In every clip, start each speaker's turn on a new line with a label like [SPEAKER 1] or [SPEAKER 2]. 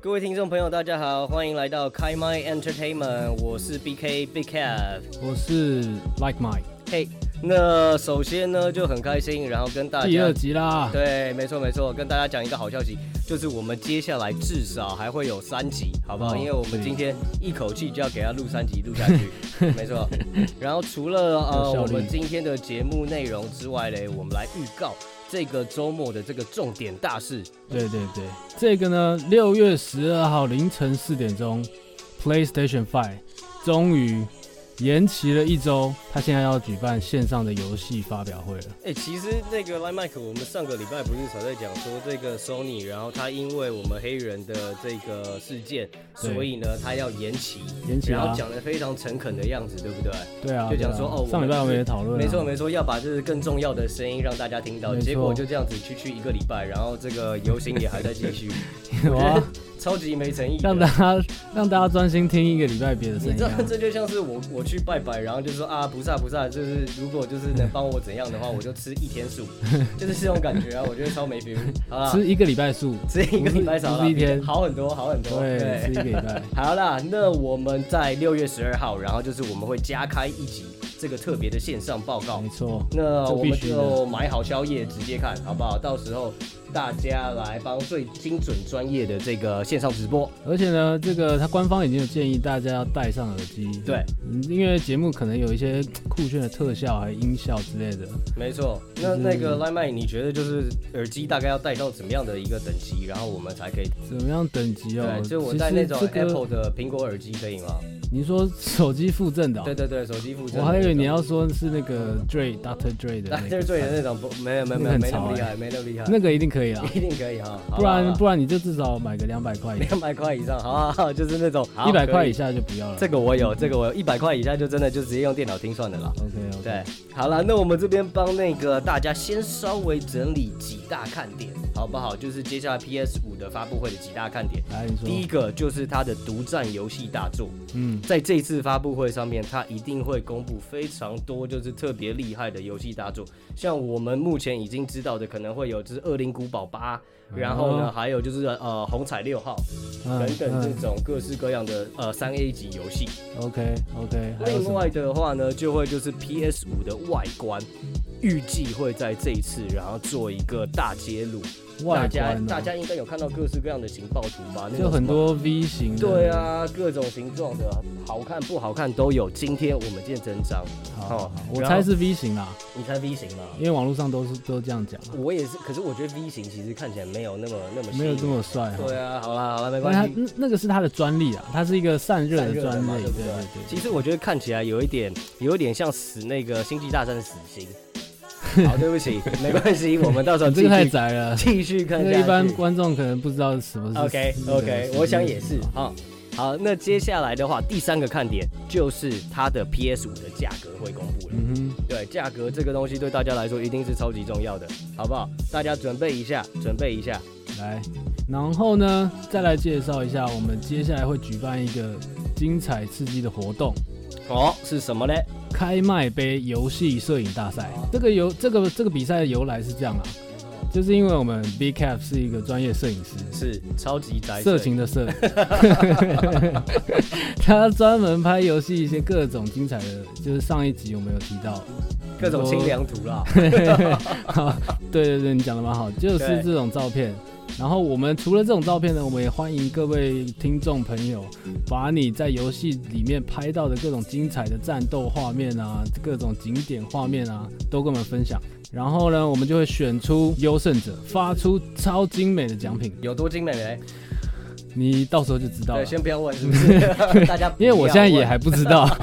[SPEAKER 1] 各位听众朋友，大家好，欢迎来到开麦 Entertainment，我是 BK Big Cat。
[SPEAKER 2] 我是 Like Mike，
[SPEAKER 1] 嘿，那首先呢就很开心，然后跟大
[SPEAKER 2] 第
[SPEAKER 1] 家
[SPEAKER 2] 二集啦，
[SPEAKER 1] 对，没错没错，跟大家讲一个好消息，就是我们接下来至少还会有三集，好不好？
[SPEAKER 2] 哦
[SPEAKER 1] 因为我们
[SPEAKER 2] 是
[SPEAKER 1] 今天一口气就要给他录三集，录下 去，没错。然后除了呃
[SPEAKER 2] 有效
[SPEAKER 1] 我
[SPEAKER 2] 率
[SPEAKER 1] 们今天的节目内容之外嘞，我们来预告这个周末的这个重点大事。
[SPEAKER 2] 对对对，这个呢，六月十二号凌晨四点钟，PlayStation Five 终于延期了一周，它现在要举办线上的游戏发表会了。
[SPEAKER 1] 哎、其实那个 Line Mike，我们上个礼拜不是才在讲说这个 Sony，然后他因为我们黑人的这个事件，
[SPEAKER 2] 对
[SPEAKER 1] 所以呢他要延期，
[SPEAKER 2] 延期啊
[SPEAKER 1] 然后
[SPEAKER 2] 啦，
[SPEAKER 1] 讲的非常诚恳的样子，对不对？
[SPEAKER 2] 对啊，
[SPEAKER 1] 就讲
[SPEAKER 2] 对啊
[SPEAKER 1] 说哦我们
[SPEAKER 2] 上礼拜我们也讨论啊，
[SPEAKER 1] 没错没错，要把就是更重要的声音让大家听到，
[SPEAKER 2] 没错
[SPEAKER 1] 结果就这样子区区一个礼拜，然后这个游行也还在继 续，
[SPEAKER 2] 有啊，
[SPEAKER 1] 超级没诚意的。
[SPEAKER 2] 让大家让大家专心听一个礼拜别的声
[SPEAKER 1] 你知道
[SPEAKER 2] 音啊，
[SPEAKER 1] 这就像是我我去拜拜，然后就说啊菩萨菩萨，就是如果就是能帮我怎样的话，我就吃一天 素，就是这种感觉啊，我觉得超没 feel。好啦，
[SPEAKER 2] 吃一个礼拜素，
[SPEAKER 1] 吃一个礼拜少
[SPEAKER 2] 不
[SPEAKER 1] 了，
[SPEAKER 2] 是一天
[SPEAKER 1] 好很多，好很多。
[SPEAKER 2] 对，吃一个礼拜，
[SPEAKER 1] 好啦，那我们在六月十二号，然后就是我们会加开一集这个特别的线上报告
[SPEAKER 2] 没。错，
[SPEAKER 1] 那
[SPEAKER 2] 嗯这
[SPEAKER 1] 我
[SPEAKER 2] 必
[SPEAKER 1] 们
[SPEAKER 2] 须的
[SPEAKER 1] 就买好宵夜直接看，好不好？到时候大家来帮最精准专业的这个线上直播。
[SPEAKER 2] 而且呢，这个他官方已经有建议大家要戴上耳机，
[SPEAKER 1] 对，
[SPEAKER 2] 嗯因为节目可能有一些酷炫的特效还有音效之类的。
[SPEAKER 1] 没错。那
[SPEAKER 2] 就是
[SPEAKER 1] 那个 Line Man，你觉得就是耳机大概要戴到怎么样的一个等级，然后我们才可以？
[SPEAKER 2] 怎么样等级哦？
[SPEAKER 1] 对，就我
[SPEAKER 2] 其实
[SPEAKER 1] 戴那种
[SPEAKER 2] 这个
[SPEAKER 1] Apple 的苹果耳机可以吗？
[SPEAKER 2] 你说手机附赠的、哦？
[SPEAKER 1] 对对对，手机附赠。
[SPEAKER 2] 我还以为你 要说是那个 Dre Dr. Dre 的
[SPEAKER 1] 啊，
[SPEAKER 2] 那
[SPEAKER 1] 这
[SPEAKER 2] 个
[SPEAKER 1] 是最的那种不，没有没有没有没那么
[SPEAKER 2] 那个很潮欸
[SPEAKER 1] 厉害，没那么厉害。
[SPEAKER 2] 那个一定可以 啊，
[SPEAKER 1] 一定可以哈，好吧啊
[SPEAKER 2] 不然不然你就至少买个两百块以，
[SPEAKER 1] 两百块以上，好啊好好，就是那种
[SPEAKER 2] 一百块
[SPEAKER 1] 好可
[SPEAKER 2] 以。
[SPEAKER 1] 以
[SPEAKER 2] 下就不要了。
[SPEAKER 1] 这个我有，这个我有，一百块以下就真的就直接用电脑听算的啦。
[SPEAKER 2] OK OK，
[SPEAKER 1] 对，好了，那我们这边帮那个大家先稍微整理几大看点，好不好？就是接下来 PS 五的发布会的几大看点。
[SPEAKER 2] 来你
[SPEAKER 1] 第一
[SPEAKER 2] 说，
[SPEAKER 1] 个就是它的独占游戏大作，
[SPEAKER 2] 嗯，
[SPEAKER 1] 在这一次发布会上面，它一定会公布非常多就是特别厉害的游戏大作，像我们目前已经知道的，可能会有就是《恶灵古堡八》，然后呢，
[SPEAKER 2] 哦
[SPEAKER 1] 还有就是呃《红彩六号》
[SPEAKER 2] 嗯
[SPEAKER 1] 等等这种各式各样的呃三 A 级游戏。
[SPEAKER 2] OK OK，还有
[SPEAKER 1] 另
[SPEAKER 2] 什么？
[SPEAKER 1] 外的话呢，就会就是 PS 五的外观，预计会在这一次然后做一个大揭露。大
[SPEAKER 2] 外
[SPEAKER 1] 家
[SPEAKER 2] 观哦
[SPEAKER 1] 大家应该有看到各式各样的情报图吧？那种
[SPEAKER 2] 就很
[SPEAKER 1] 什么
[SPEAKER 2] 多 V 型的，
[SPEAKER 1] 对，啊，各种形状的，好看不好看都有。今天我们见真章，
[SPEAKER 2] 好，
[SPEAKER 1] 哦
[SPEAKER 2] 好好我
[SPEAKER 1] 然
[SPEAKER 2] 猜
[SPEAKER 1] 后
[SPEAKER 2] 是 V 型啦，
[SPEAKER 1] 你猜 V 型吗？
[SPEAKER 2] 因为网络上都是都这样讲啊，
[SPEAKER 1] 我也是，可是我觉得 V 型其实看起来没有那么那么
[SPEAKER 2] 没有
[SPEAKER 1] 吸
[SPEAKER 2] 这
[SPEAKER 1] 引
[SPEAKER 2] 么帅。
[SPEAKER 1] 对
[SPEAKER 2] 啊，
[SPEAKER 1] 啊，好啦好啦，没
[SPEAKER 2] 但
[SPEAKER 1] 关
[SPEAKER 2] 他嗯
[SPEAKER 1] 系。
[SPEAKER 2] 那那个是他的专利啊，它是一个散热
[SPEAKER 1] 散
[SPEAKER 2] 的
[SPEAKER 1] 热的
[SPEAKER 2] 专
[SPEAKER 1] 嘛
[SPEAKER 2] 利，
[SPEAKER 1] 对
[SPEAKER 2] 对
[SPEAKER 1] 不对
[SPEAKER 2] 对
[SPEAKER 1] 其
[SPEAKER 2] 对。
[SPEAKER 1] 实我觉得看起来有一点，有一点像死那个《星际大战》的死星。 好，对不起，没关系，我们到时候
[SPEAKER 2] 啊
[SPEAKER 1] 继
[SPEAKER 2] 这个太
[SPEAKER 1] 续
[SPEAKER 2] 窄了，
[SPEAKER 1] 继续看下
[SPEAKER 2] 那个
[SPEAKER 1] 去。
[SPEAKER 2] 一般观众可能不知道什么是
[SPEAKER 1] OK
[SPEAKER 2] 那个
[SPEAKER 1] OK，
[SPEAKER 2] 什么
[SPEAKER 1] 我想也是啊。好，那接下来的话，第三个看点就是它的 PS 五的价格会公布了。
[SPEAKER 2] 嗯哼，
[SPEAKER 1] 对，价格这个东西对大家来说一定是超级重要的，好不好？大家准备一下，准备一下。
[SPEAKER 2] 来，然后呢，再来介绍一下，我们接下来会举办一个精彩刺激的活动
[SPEAKER 1] 哦，是什么呢？
[SPEAKER 2] ——开麦杯游戏摄影大赛。这个由这个这个比赛的由来是这样啊，就是因为我们 B Cap 是一个专业摄影师，
[SPEAKER 1] 是超级宅
[SPEAKER 2] 色情的色， 他专门拍游戏一些各种精彩的，就是上一集我们有提到，
[SPEAKER 1] 各种清凉图啦。
[SPEAKER 2] 好对对对，你讲的蛮好，就是这种照片。然后我们除了这种照片呢，我们也欢迎各位听众朋友，把你在游戏里面拍到的各种精彩的战斗画面啊，各种景点画面啊，都跟我们分享。然后呢，我们就会选出优胜者，发出超精美的奖品，
[SPEAKER 1] 有多 精美没？
[SPEAKER 2] 你到时候就知道了
[SPEAKER 1] 对，。先不要问是不 是？大家不
[SPEAKER 2] 因为我
[SPEAKER 1] 要
[SPEAKER 2] 现在也
[SPEAKER 1] 问
[SPEAKER 2] 还不知道，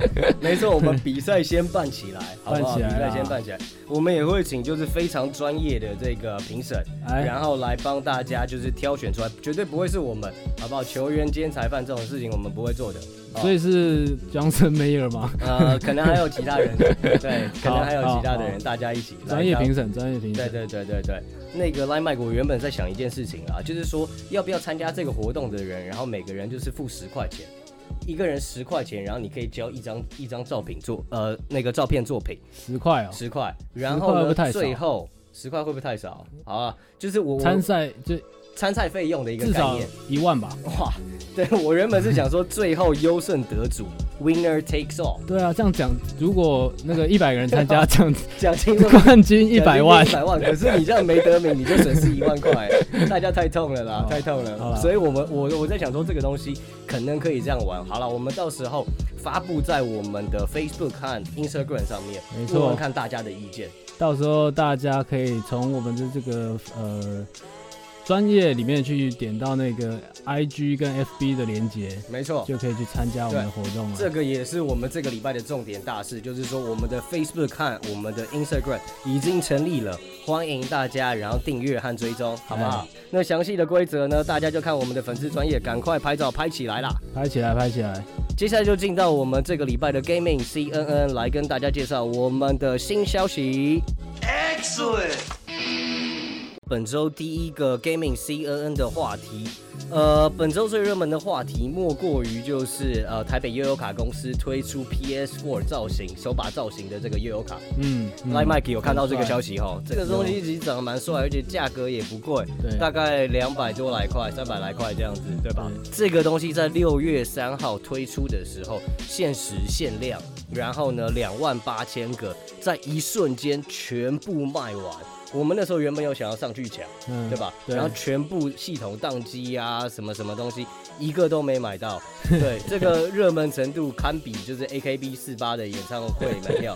[SPEAKER 1] 没错，我们比赛先办起 来，好不好？
[SPEAKER 2] 办起来
[SPEAKER 1] 比赛
[SPEAKER 2] 啦
[SPEAKER 1] 先办起来，我们也会请就是非常专业的这个评审，
[SPEAKER 2] 哎，
[SPEAKER 1] 然后来帮大家就是挑选出来，绝对不会是我们，好不好？球员兼裁判这种事情我们不会做的，好
[SPEAKER 2] 所以是 Johnson Mayer 吗？
[SPEAKER 1] 呃，可能还有其他人，对，可能还有其他的
[SPEAKER 2] 好
[SPEAKER 1] 人，大家一起来
[SPEAKER 2] 专业
[SPEAKER 1] 当
[SPEAKER 2] 评审，专业评
[SPEAKER 1] 对
[SPEAKER 2] 审，
[SPEAKER 1] 对对对对，那个 Line Mike，我原本在想一件事情啊，就是说要不要参加这个活动的人，然后每个人就是付十块钱，一个人十块钱，然后你可以交一张一张照品作，呃，那个照片作品
[SPEAKER 2] 十块哦。
[SPEAKER 1] 十块，然后
[SPEAKER 2] 10块会不会
[SPEAKER 1] 呢，
[SPEAKER 2] 太少
[SPEAKER 1] 最后十块会不会太少？好啊，就是我
[SPEAKER 2] 参
[SPEAKER 1] 我
[SPEAKER 2] 赛就
[SPEAKER 1] 参赛费用的一个
[SPEAKER 2] 至
[SPEAKER 1] 概
[SPEAKER 2] 少
[SPEAKER 1] 念。
[SPEAKER 2] 一万吧。
[SPEAKER 1] 哇， 对我原本是想说最后优胜得主，winner takes all，
[SPEAKER 2] 对啊，这样讲，如果那个一百个 人参加，这样
[SPEAKER 1] 奖金会
[SPEAKER 2] 冠军一百万
[SPEAKER 1] 一，百万。可是你这样没得名，你就损失一万块， 大家太痛了啦
[SPEAKER 2] 好，
[SPEAKER 1] 太痛
[SPEAKER 2] 哦好
[SPEAKER 1] 了。
[SPEAKER 2] 啦
[SPEAKER 1] 所以我们我我在想说这个东西可能可以这样玩。好了，我们到时候发布在我们的 Facebook 和 Instagram 上面，
[SPEAKER 2] 没
[SPEAKER 1] 问
[SPEAKER 2] 错
[SPEAKER 1] 问。看大家的意见。
[SPEAKER 2] 到时候大家可以从我们的这个呃专业里面去点到那个 IG 跟 FB 的连接，
[SPEAKER 1] 没错。
[SPEAKER 2] 就可以去参加我们的活动了。
[SPEAKER 1] 这个也是我们这个礼拜的重点大事，就是说我们的 Facebook 和我们的 Instagram 已经成立了，欢迎大家然后订阅和追踪，好不
[SPEAKER 2] 哎
[SPEAKER 1] 好？那详细的规则呢，大家就看我们的粉丝专业，赶快拍照拍起来啦！
[SPEAKER 2] 拍起来，拍起来！
[SPEAKER 1] 接下来就进到我们这个礼拜的 Gaming CNN 来跟大家介绍我们的新消息。本周第一个 Gaming CNN 的话题，呃，本周最热门的话题莫过于就是呃台北悠游卡公司推出 PS4 造型手把造型的这个悠游卡。
[SPEAKER 2] 嗯，嗯
[SPEAKER 1] Like Mike 有看到这个
[SPEAKER 2] 很帅
[SPEAKER 1] 消息哈，这个东西其实长得蛮帅，而且价格也不贵，
[SPEAKER 2] 对
[SPEAKER 1] 大概两百多来块、三百来块这样子，对吧
[SPEAKER 2] 对？
[SPEAKER 1] 这个东西在六月三号推出的时候，限时限量，然后呢，两万八千个，在一瞬间全部卖完。我们那时候原本有想要上去抢，
[SPEAKER 2] 嗯
[SPEAKER 1] 对吧？
[SPEAKER 2] 对
[SPEAKER 1] 然后全部系统宕机啊，什么什么东西，一个都没买到。对， 这个热门程度堪比就是 AKB 四八的演唱会门票，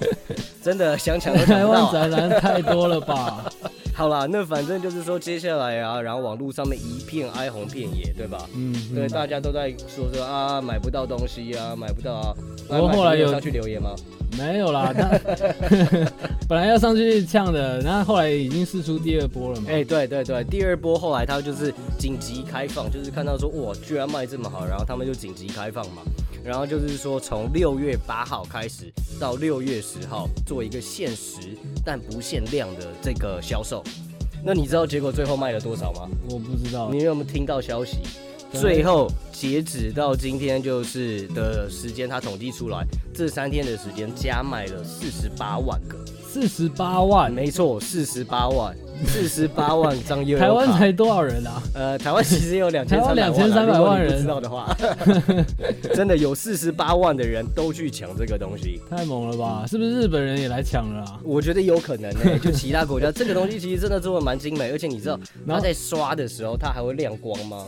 [SPEAKER 1] 真的想抢都抢
[SPEAKER 2] 台
[SPEAKER 1] 不到
[SPEAKER 2] 湾
[SPEAKER 1] 啊、
[SPEAKER 2] 宅男太多了 吧？
[SPEAKER 1] 好啦，那反正就是说接下来啊，然后网络上面一片哀鸿遍野，对吧？
[SPEAKER 2] 嗯，
[SPEAKER 1] 对，
[SPEAKER 2] 嗯
[SPEAKER 1] 大家都在说说啊，买不到东西啊，买不到啊。
[SPEAKER 2] 不过后来
[SPEAKER 1] 你有
[SPEAKER 2] 有
[SPEAKER 1] 上去留言吗？
[SPEAKER 2] 没有啦。 那本来要上去呛的，然后后来已经试出第二波了嘛。
[SPEAKER 1] 哎、对对对，第二波后来他就是紧急开放，就是看到说哇，居然卖这么好，然后他们就紧急开放嘛。然后就是说从六月八号开始到六月十号做一个限时但不限量的这个销售。那你知道结果最后卖了多少吗？
[SPEAKER 2] 我不知道
[SPEAKER 1] 你，有没有听到消息？
[SPEAKER 2] 对
[SPEAKER 1] 最后截止到今天就是的时间，他统计出来这三天的时间加卖了四十八万个，啊
[SPEAKER 2] 四十八万，
[SPEAKER 1] 没错，四十八万，四十八万张悠游卡
[SPEAKER 2] 台湾才多少人啊？
[SPEAKER 1] 呃，台湾其实也有两
[SPEAKER 2] 台
[SPEAKER 1] 千
[SPEAKER 2] 湾
[SPEAKER 1] 三百万啊
[SPEAKER 2] 2300万
[SPEAKER 1] 如果你
[SPEAKER 2] 人
[SPEAKER 1] 不知道的话， 真的有四十八万的人都去抢这个东西。
[SPEAKER 2] 太猛了吧？是不是日本人也来抢了啊？
[SPEAKER 1] 我觉得有可能呢、 就其他国家这个东西其实真的做的蛮精美，而且你知道
[SPEAKER 2] 嗯然
[SPEAKER 1] 它
[SPEAKER 2] 后
[SPEAKER 1] 在刷的时候它还会亮光吗？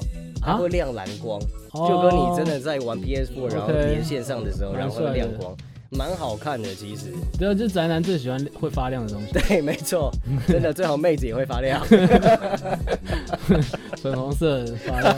[SPEAKER 1] 它
[SPEAKER 2] 啊
[SPEAKER 1] 会亮蓝光，
[SPEAKER 2] 哦
[SPEAKER 1] 就跟你真的在玩 PS4 然后
[SPEAKER 2] OK
[SPEAKER 1] 连线上的时候，
[SPEAKER 2] 蛮
[SPEAKER 1] 然后
[SPEAKER 2] 帅
[SPEAKER 1] 会
[SPEAKER 2] 的
[SPEAKER 1] 亮光，蛮好看的其实。
[SPEAKER 2] 对啊，就宅男最喜欢会发亮的东西，
[SPEAKER 1] 对，没错，真的最好妹子也会发亮。
[SPEAKER 2] 粉红色的 发亮。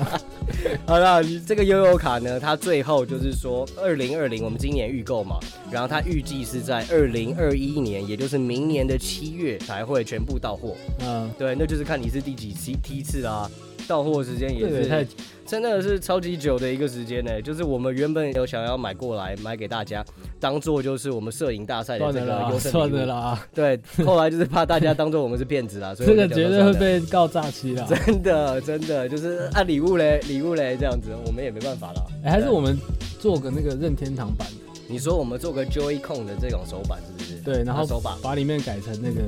[SPEAKER 1] 好了，这个悠游卡呢，它最后就是说，二零二零我们今年预购嘛，然后它预计是在二零二一年，也就是明年的七月才会全部到货。
[SPEAKER 2] 嗯，
[SPEAKER 1] 对，那就是看你是第几期梯次啦，到货时间也
[SPEAKER 2] 这个
[SPEAKER 1] 是
[SPEAKER 2] 也太
[SPEAKER 1] 真的是超级久的一个时间呢、就是我们原本有想要买过来买给大家，当做就是我们摄影大赛的
[SPEAKER 2] 算
[SPEAKER 1] 哎这
[SPEAKER 2] 了
[SPEAKER 1] 个优
[SPEAKER 2] 啦，
[SPEAKER 1] 胜
[SPEAKER 2] 算
[SPEAKER 1] 礼物
[SPEAKER 2] 了。啦，
[SPEAKER 1] 对，后来就是怕大家当做我们是骗子啦，所以
[SPEAKER 2] 这个
[SPEAKER 1] 我就讲
[SPEAKER 2] 绝
[SPEAKER 1] 说
[SPEAKER 2] 对会
[SPEAKER 1] 算了。
[SPEAKER 2] 被告诈欺啦。
[SPEAKER 1] 真的， 真的就是按礼物嘞，礼物嘞这样子，我们也没办法啦。
[SPEAKER 2] 哎，还是我们做个那个任天堂版的，
[SPEAKER 1] 你说我们做个 Joy-Con 的这种手板是不是？
[SPEAKER 2] 对，然后
[SPEAKER 1] 手把，
[SPEAKER 2] 把里面改成那个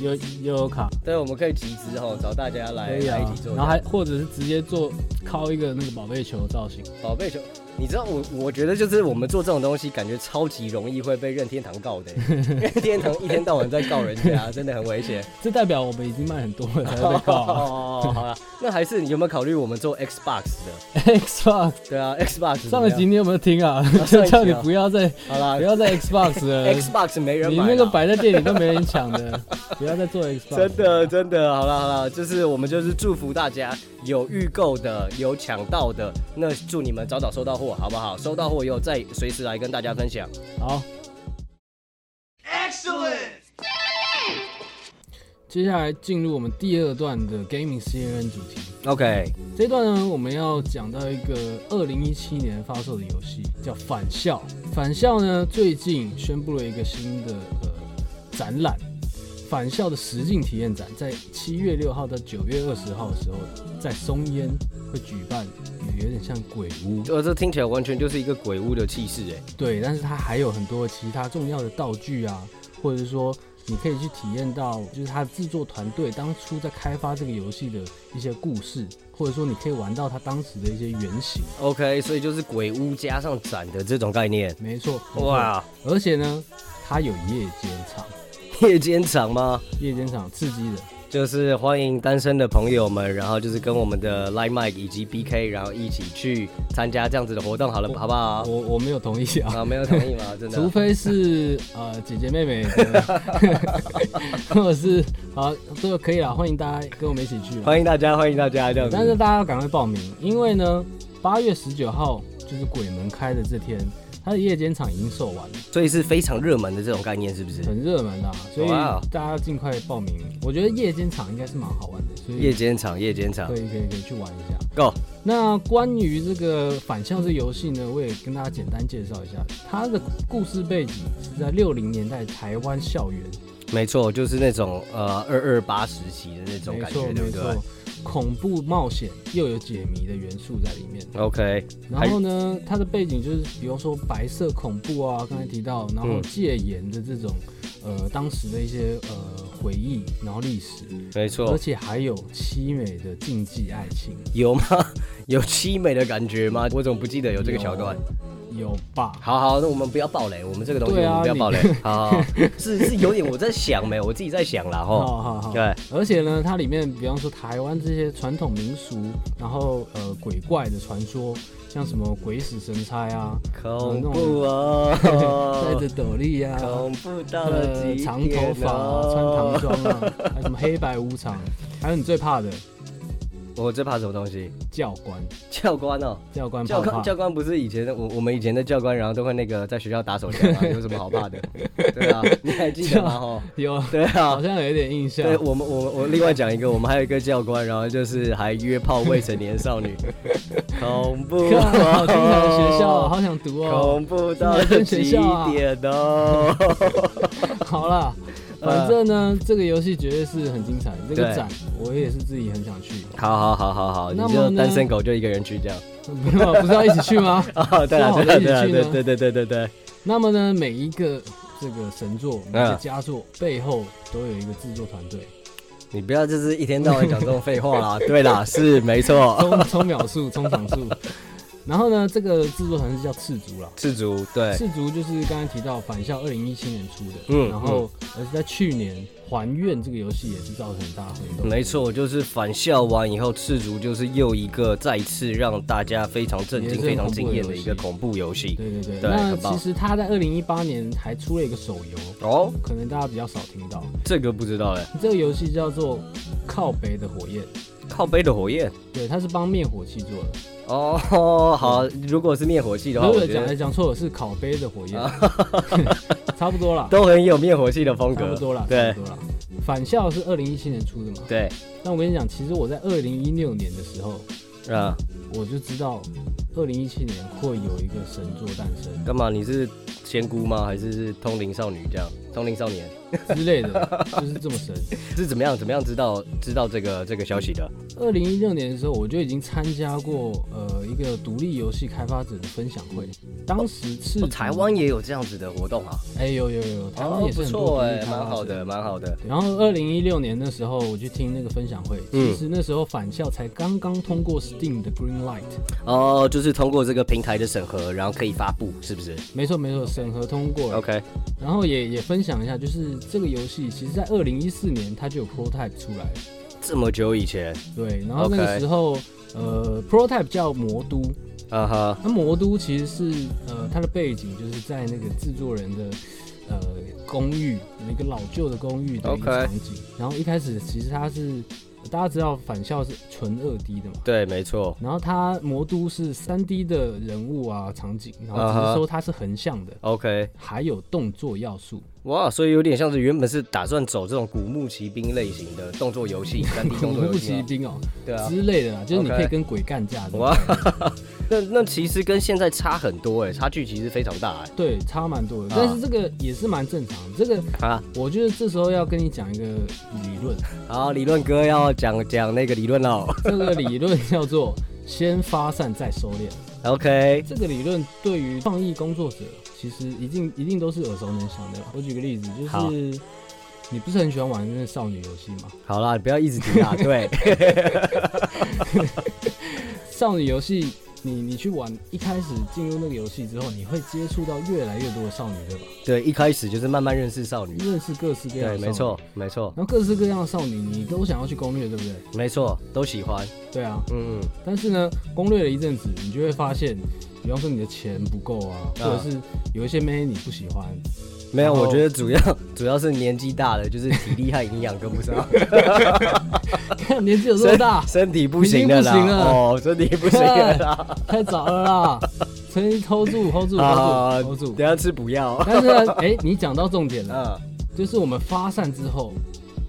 [SPEAKER 2] 悠悠游卡，
[SPEAKER 1] 对，我们可以集资哦，找大家来、
[SPEAKER 2] 可以啊
[SPEAKER 1] 来一起做。
[SPEAKER 2] 然后还或者是直接做靠一个那个宝贝球造型，
[SPEAKER 1] 宝贝球，你知道我我觉得就是我们做这种东西，感觉超级容易会被任天堂告的，欸 任天堂一天到晚在告人家，真的很危险。
[SPEAKER 2] 这代表我们已经卖很多了才 会被告啊。
[SPEAKER 1] 哦，好了，那还是你有没有考虑我们做 Xbox 的？
[SPEAKER 2] Xbox
[SPEAKER 1] 对啊，Xbox 怎
[SPEAKER 2] 上
[SPEAKER 1] 么
[SPEAKER 2] 一
[SPEAKER 1] 样
[SPEAKER 2] 集你有没有听啊？
[SPEAKER 1] 上一集啊
[SPEAKER 2] 就 叫你不 要再
[SPEAKER 1] 好啦
[SPEAKER 2] 不要再 Xbox 了。
[SPEAKER 1] ，Xbox 没人
[SPEAKER 2] 你
[SPEAKER 1] 买啦，
[SPEAKER 2] 那个摆在店里都没人抢的， 不要再做 Xbox。
[SPEAKER 1] 真的真的，好了好了，就是我们就是祝福大家有预购的，有抢到的，那祝你们早早收到货，好不好？收到货以后再随时来跟大家分享。
[SPEAKER 2] 好。接下来进入我们第二段的 Gaming CNN 主题。
[SPEAKER 1] OK，
[SPEAKER 2] 这一段呢，我们要讲到一个二零一七年发售的游戏，叫《返校》。《返校》呢，最近宣布了一个新的呃展览，《返校》的实境体验展，在七月六号到九月二十号的时候，在松烟会举办，有点像鬼屋。
[SPEAKER 1] 我这听起来完全就是一个鬼屋的气势哎。
[SPEAKER 2] 对，但是它还有很多其他重要的道具啊，或者是说你可以去体验到，就是他制作团队当初在开发这个游戏的一些故事，或者说你可以玩到他当时的一些原型。
[SPEAKER 1] OK，所以就是鬼屋加上展的这种概念。
[SPEAKER 2] 没错，
[SPEAKER 1] 嗯
[SPEAKER 2] 哇！
[SPEAKER 1] 哇，
[SPEAKER 2] 而且呢，它有夜间场，
[SPEAKER 1] 夜间场吗？
[SPEAKER 2] 夜间场刺激的，
[SPEAKER 1] 就是欢迎单身的朋友们，然后就是跟我们的 Line Mike 以及 BK，然后一起去参加这样子的活动，好了，好不好？
[SPEAKER 2] 我我没有同意啊。
[SPEAKER 1] 啊，没有同意吗？真
[SPEAKER 2] 除
[SPEAKER 1] 的。
[SPEAKER 2] 非是 呃姐姐妹妹的， 或者是好这个可以啦，欢迎大家跟我们一起去啦。
[SPEAKER 1] 欢迎大家，欢迎大家，这样
[SPEAKER 2] 但是
[SPEAKER 1] 子。
[SPEAKER 2] 大家要赶快报名，因为呢，八月十九号就是鬼门开的这天，它的夜间场已经售完了，
[SPEAKER 1] 所以是非常热门的这种概念，是不是？
[SPEAKER 2] 很热门啊，所以
[SPEAKER 1] 哇哦
[SPEAKER 2] 大家要尽快报名。我觉得夜间场应该是蛮好玩的，所
[SPEAKER 1] 夜
[SPEAKER 2] 以
[SPEAKER 1] 间场，夜间场
[SPEAKER 2] 可以可以可以去玩一下。
[SPEAKER 1] 啊，Go。
[SPEAKER 2] 那关于这个返校这个游戏呢，我也跟大家简单介绍一下，它的故事背景是在六零年代台湾校园，
[SPEAKER 1] 没错，就是那种呃二二八时期的那种
[SPEAKER 2] 没
[SPEAKER 1] 感
[SPEAKER 2] 错
[SPEAKER 1] 觉，对
[SPEAKER 2] 没
[SPEAKER 1] 不
[SPEAKER 2] 错
[SPEAKER 1] 对，
[SPEAKER 2] 恐怖冒险又有解谜的元素在里面。
[SPEAKER 1] ？OK，
[SPEAKER 2] 然后呢，它的背景就是比如说白色恐怖啊，刚才提到，然后
[SPEAKER 1] 嗯
[SPEAKER 2] 戒严的这种，呃，当时的一些呃回忆，然后历史，
[SPEAKER 1] 没
[SPEAKER 2] 而
[SPEAKER 1] 错，
[SPEAKER 2] 且还有凄美的禁忌爱情，
[SPEAKER 1] 有吗？ 有凄美的感觉吗？我怎么不记得有这个桥段？
[SPEAKER 2] 有吧？
[SPEAKER 1] 好好，那我们不要暴雷，我们这个东西
[SPEAKER 2] 对
[SPEAKER 1] 我们
[SPEAKER 2] 啊
[SPEAKER 1] 不要暴雷。好 好，好是是有点我在想没，我自己在想啦吼。
[SPEAKER 2] 好好好。
[SPEAKER 1] 对，
[SPEAKER 2] 而且呢，它里面比方说台湾这些传统民俗，然后呃鬼怪的传说，像什么鬼使神差啊，
[SPEAKER 1] 恐怖哦，
[SPEAKER 2] 戴着斗笠啊，
[SPEAKER 1] 恐怖到了
[SPEAKER 2] 呃
[SPEAKER 1] 极点、哦
[SPEAKER 2] 长头发啊、穿唐装啊，还有什么黑白无常，还有你最怕的
[SPEAKER 1] 我最怕什么东西？
[SPEAKER 2] 教官，
[SPEAKER 1] 教官哦，
[SPEAKER 2] 教官怕
[SPEAKER 1] 教
[SPEAKER 2] 不怕
[SPEAKER 1] 官教官不是以前的我我们以前的教官，然后都会那个在学校打手枪 啊，有什么好怕的？对啊，你还记得吗？吼，
[SPEAKER 2] 有，
[SPEAKER 1] 对啊
[SPEAKER 2] 好，像有一点印象。
[SPEAKER 1] 对我们，我我另外讲一个，我们还有一个教官，然后就是还约炮未成年少 女，恐怖、
[SPEAKER 2] 看
[SPEAKER 1] 哦，
[SPEAKER 2] 好精彩的学校哦，好想读哦。
[SPEAKER 1] 恐怖到
[SPEAKER 2] 是男生学
[SPEAKER 1] 极
[SPEAKER 2] 校啊
[SPEAKER 1] 点哦。
[SPEAKER 2] 好啦，反正呢，这个游戏绝对是很精彩。这个
[SPEAKER 1] 呃对
[SPEAKER 2] 展我也是自己很想去，
[SPEAKER 1] 好好好好好，
[SPEAKER 2] 那
[SPEAKER 1] 你
[SPEAKER 2] 么
[SPEAKER 1] 就
[SPEAKER 2] 呢
[SPEAKER 1] 单身狗就一个人去 这样。
[SPEAKER 2] 没有，啊不是要一起去吗？
[SPEAKER 1] 哦，对
[SPEAKER 2] 说
[SPEAKER 1] 了
[SPEAKER 2] 好
[SPEAKER 1] 对了
[SPEAKER 2] 的啊一起
[SPEAKER 1] 对了
[SPEAKER 2] 去
[SPEAKER 1] 对
[SPEAKER 2] 呢
[SPEAKER 1] 对对对对对，
[SPEAKER 2] 那么呢，每一个这个神作、每一个佳作背后都有一个制作团 队，
[SPEAKER 1] 你不要就是一天到晚讲这种废话啦。 对啦，是没 错，
[SPEAKER 2] 冲冲秒数、冲场 数。然后呢，这个制作团队叫赤足啦。
[SPEAKER 1] 赤足对，
[SPEAKER 2] 赤足就是刚才提到返校二零一七年出的，
[SPEAKER 1] 嗯
[SPEAKER 2] 然后而且在去年还愿这个游戏也是造成很大的轰动，
[SPEAKER 1] 没错，就是返校完以后，赤足就是又一个再次让大家非常震
[SPEAKER 2] 也是
[SPEAKER 1] 惊、
[SPEAKER 2] 很
[SPEAKER 1] 非常惊艳
[SPEAKER 2] 恐怖
[SPEAKER 1] 的
[SPEAKER 2] 的游
[SPEAKER 1] 一
[SPEAKER 2] 戏
[SPEAKER 1] 个恐怖游戏。
[SPEAKER 2] 对对对，
[SPEAKER 1] 对
[SPEAKER 2] 那
[SPEAKER 1] 很棒
[SPEAKER 2] 其实他在二零一八年还出了一个手游，
[SPEAKER 1] 哦，
[SPEAKER 2] 可能大家比较少听到。
[SPEAKER 1] 这个不知道哎。
[SPEAKER 2] 这个游戏叫做《靠北的火焰》，
[SPEAKER 1] 靠背的火焰。
[SPEAKER 2] 对，它是帮灭火器做的。
[SPEAKER 1] 哦，好，如果是灭火器的话，
[SPEAKER 2] 如
[SPEAKER 1] 我
[SPEAKER 2] 果
[SPEAKER 1] 觉
[SPEAKER 2] 讲来
[SPEAKER 1] 得啊
[SPEAKER 2] 讲错了，是烤杯的火焰， 差不 多啦，
[SPEAKER 1] 都很有灭火器的风
[SPEAKER 2] 差
[SPEAKER 1] 格
[SPEAKER 2] 不。多啦，差
[SPEAKER 1] 对
[SPEAKER 2] 不多啦。返校是二零一七年出的嘛？
[SPEAKER 1] 对，
[SPEAKER 2] 那我跟你讲，其实我在二零一六年的时候，
[SPEAKER 1] 啊，
[SPEAKER 2] 我就知道二零一七年会有一个神作诞生
[SPEAKER 1] 干嘛？你是仙姑吗？还是是通灵少女这样？通灵少年
[SPEAKER 2] 之类的，就是这么神。
[SPEAKER 1] 是怎么样？怎么样知道知道这个这个消息的？
[SPEAKER 2] 二零一六年的时候，我就已经参加过呃一个独立游戏开发者的分享会，当时是
[SPEAKER 1] 哦台湾也有这样子的活动啊，
[SPEAKER 2] 哎、有有有，台湾
[SPEAKER 1] 哦
[SPEAKER 2] 也，是
[SPEAKER 1] 不
[SPEAKER 2] 很多
[SPEAKER 1] 错
[SPEAKER 2] 独立
[SPEAKER 1] 哎，
[SPEAKER 2] 开
[SPEAKER 1] 蛮
[SPEAKER 2] 发
[SPEAKER 1] 好
[SPEAKER 2] 者。
[SPEAKER 1] 的，蛮好的。
[SPEAKER 2] 然后二零一六年的时候，我去听那个分享会，
[SPEAKER 1] 嗯
[SPEAKER 2] 其实那时候返校才刚刚通过 Steam 的 Green Light，
[SPEAKER 1] 哦，就是通过这个平台的审核，然后可以发布，是不是
[SPEAKER 2] 没错没错，审核通过了。
[SPEAKER 1] ？OK，
[SPEAKER 2] 然后也也分享一下，就是这个游戏其实在二零一四年它就有 prototype 出来了，
[SPEAKER 1] 这么久以前，
[SPEAKER 2] 对，然后那个
[SPEAKER 1] OK
[SPEAKER 2] 时候呃，prototype 叫魔都，
[SPEAKER 1] 啊哈，
[SPEAKER 2] 那魔都其实是呃，它的背景就是在那个制作人的呃公寓，那个老旧的公寓的一
[SPEAKER 1] OK
[SPEAKER 2] 个场景。然后一开始其实它是大家知道返校是纯二 D 的嘛，
[SPEAKER 1] 对，没错，
[SPEAKER 2] 然后它魔都是三 D 的人物啊场景，然后
[SPEAKER 1] 啊哈
[SPEAKER 2] 只是说它是横向的。
[SPEAKER 1] OK，
[SPEAKER 2] 还有动作要素，
[SPEAKER 1] 哇，所以有点像是原本是打算走这种古墓奇兵类型的动作游戏，三 D
[SPEAKER 2] 恐
[SPEAKER 1] 动作游
[SPEAKER 2] 怖骑
[SPEAKER 1] 戏 吗，
[SPEAKER 2] 兵哦、
[SPEAKER 1] 对啊。
[SPEAKER 2] 之类的啦，就是你
[SPEAKER 1] OK
[SPEAKER 2] 可以跟鬼干架的。
[SPEAKER 1] 哇，那那其实跟现在差很多哎、差距其实非常大哎、
[SPEAKER 2] 对，差蛮多的，
[SPEAKER 1] 啊
[SPEAKER 2] 但是这个也是蛮正常的。这个
[SPEAKER 1] 啊，
[SPEAKER 2] 我觉得这时候要跟你讲一个理 论，
[SPEAKER 1] 好，理论哥要讲讲那个理论哦喽。
[SPEAKER 2] 这个理论叫做先发散再收敛。
[SPEAKER 1] OK，
[SPEAKER 2] 这个理论对于创意工作者其实一定一定都是耳熟能详的啦。我举个例子，
[SPEAKER 1] 好
[SPEAKER 2] 就是你不是很喜欢玩那个少女游戏吗？
[SPEAKER 1] 好啦，不要一直提啊，对，
[SPEAKER 2] 少女游戏，你你去玩，一开始进入那个游戏之后，你会接触到越来越多的少女，对吧？
[SPEAKER 1] 对，一开始就是慢慢认识少女，
[SPEAKER 2] 认识各式各样
[SPEAKER 1] 对，
[SPEAKER 2] 的少女，
[SPEAKER 1] 没错，没错，
[SPEAKER 2] 然后各式各样的少女，你都想要去攻略，对不对？
[SPEAKER 1] 没错，都喜欢，
[SPEAKER 2] 对啊。
[SPEAKER 1] 嗯，
[SPEAKER 2] 但是呢，攻略了一阵子，你就会发现，比方说你的钱不够啊，
[SPEAKER 1] 啊
[SPEAKER 2] 或者是有一些妹你不喜欢，
[SPEAKER 1] 没有，
[SPEAKER 2] 然后
[SPEAKER 1] 我觉得主要 主要是年纪大了，就是体力和营养跟不 上，，
[SPEAKER 2] 看哎年纪有多大
[SPEAKER 1] 身体不行了啦，
[SPEAKER 2] 已经不行啊了
[SPEAKER 1] 哦，身体不行了 啦，
[SPEAKER 2] 太早了啦，所以 hold 住，hold 住
[SPEAKER 1] 啊
[SPEAKER 2] ，hold，住，hold 住。
[SPEAKER 1] 等下吃补药，
[SPEAKER 2] 但是呢，哎、你讲到重点了，
[SPEAKER 1] 嗯，
[SPEAKER 2] 就是我们发散之后，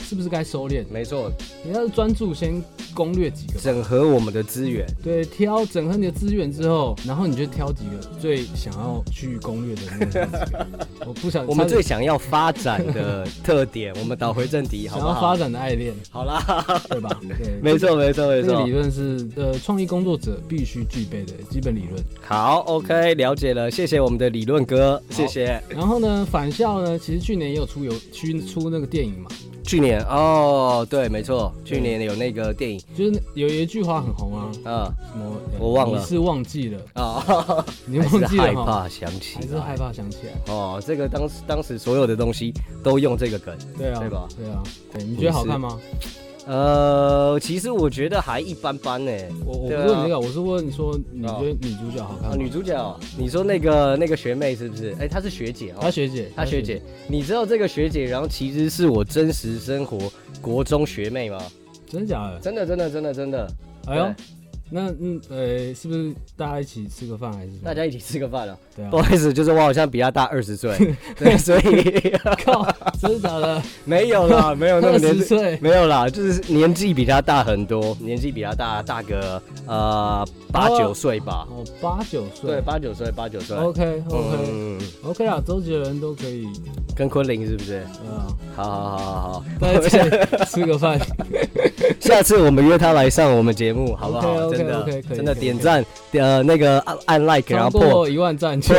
[SPEAKER 2] 是不是该收敛？
[SPEAKER 1] 没错，
[SPEAKER 2] 你要专注先攻略几个，
[SPEAKER 1] 整合我们的资源，
[SPEAKER 2] 对，挑整合你的资源之后，然后你就挑几个最想要去攻略的那几个。我不想，
[SPEAKER 1] 我们最想要发展的特点，我们倒回正题，好不
[SPEAKER 2] 想要发
[SPEAKER 1] 好？
[SPEAKER 2] 展的爱恋，
[SPEAKER 1] 好啦，
[SPEAKER 2] 对吧？对，
[SPEAKER 1] 没错，没错，没
[SPEAKER 2] 这个
[SPEAKER 1] 错
[SPEAKER 2] 理。论是呃，创意工作者必须具备的基本理论。
[SPEAKER 1] 好，OK，了解了，谢谢我们的理论哥，谢谢。
[SPEAKER 2] 然后呢，返校呢，其实去年也有出游去出那个电影嘛，
[SPEAKER 1] 去年哦，对，没错，去年有那个电影，
[SPEAKER 2] 就是有一句话很红啊，
[SPEAKER 1] 嗯，
[SPEAKER 2] 什么呃
[SPEAKER 1] 我忘了
[SPEAKER 2] 你是忘记了，
[SPEAKER 1] 啊，
[SPEAKER 2] 你
[SPEAKER 1] 还
[SPEAKER 2] 忘
[SPEAKER 1] 是
[SPEAKER 2] 记了
[SPEAKER 1] 害
[SPEAKER 2] 哈，
[SPEAKER 1] 怕想起
[SPEAKER 2] 还是害
[SPEAKER 1] 来。
[SPEAKER 2] 怕想起来，
[SPEAKER 1] 哦，这个当时当时所有的东西都用这个梗，
[SPEAKER 2] 对啊，
[SPEAKER 1] 对吧？
[SPEAKER 2] 对啊，对，你觉得好看吗？
[SPEAKER 1] 呃，其实我觉得还一般般呢。
[SPEAKER 2] 我我不
[SPEAKER 1] 对
[SPEAKER 2] 是
[SPEAKER 1] 啊
[SPEAKER 2] 问你这个，我是问你说你
[SPEAKER 1] 哦
[SPEAKER 2] 觉得女主角好看
[SPEAKER 1] 啊，
[SPEAKER 2] 吗？
[SPEAKER 1] 女主角，你说那个那个学妹是不是？哎，她是学姐
[SPEAKER 2] 她
[SPEAKER 1] 哦，
[SPEAKER 2] 学姐，
[SPEAKER 1] 她学姐，，你知道这个学姐，然后其实是我真实生活国中学妹吗？
[SPEAKER 2] 真的假的？
[SPEAKER 1] 真的，真的，真的，真的。
[SPEAKER 2] 哎呦
[SPEAKER 1] 对，
[SPEAKER 2] 那嗯呃，是不是大家一起吃个饭还是什么？
[SPEAKER 1] 大家一起吃个饭啊！
[SPEAKER 2] 对啊
[SPEAKER 1] 不，好意思，就是 我好像比他大二十 岁，对，所以
[SPEAKER 2] 靠，真的假的？
[SPEAKER 1] 没有啦，没有那么
[SPEAKER 2] 二
[SPEAKER 1] 年
[SPEAKER 2] 十
[SPEAKER 1] 纪，
[SPEAKER 2] 岁，
[SPEAKER 1] 没有啦，就是年纪比他大很多，年纪比他大大个呃八
[SPEAKER 2] 哦
[SPEAKER 1] 九岁吧，
[SPEAKER 2] 哦，八九岁，
[SPEAKER 1] 对，八九岁，八九岁。
[SPEAKER 2] OK OK
[SPEAKER 1] 嗯，
[SPEAKER 2] OK 啦，周杰伦都可以，
[SPEAKER 1] 跟昆凌是不是？
[SPEAKER 2] 对啊，
[SPEAKER 1] 好好好好好，
[SPEAKER 2] 大家再吃个 饭，
[SPEAKER 1] 下次我们约他来上我们节目，好不好
[SPEAKER 2] OK，OK，
[SPEAKER 1] 真的
[SPEAKER 2] OK，可以
[SPEAKER 1] 真的
[SPEAKER 2] 可以
[SPEAKER 1] 点赞，呃，那个按按 like，然
[SPEAKER 2] 超
[SPEAKER 1] 后破
[SPEAKER 2] 过一万赞 就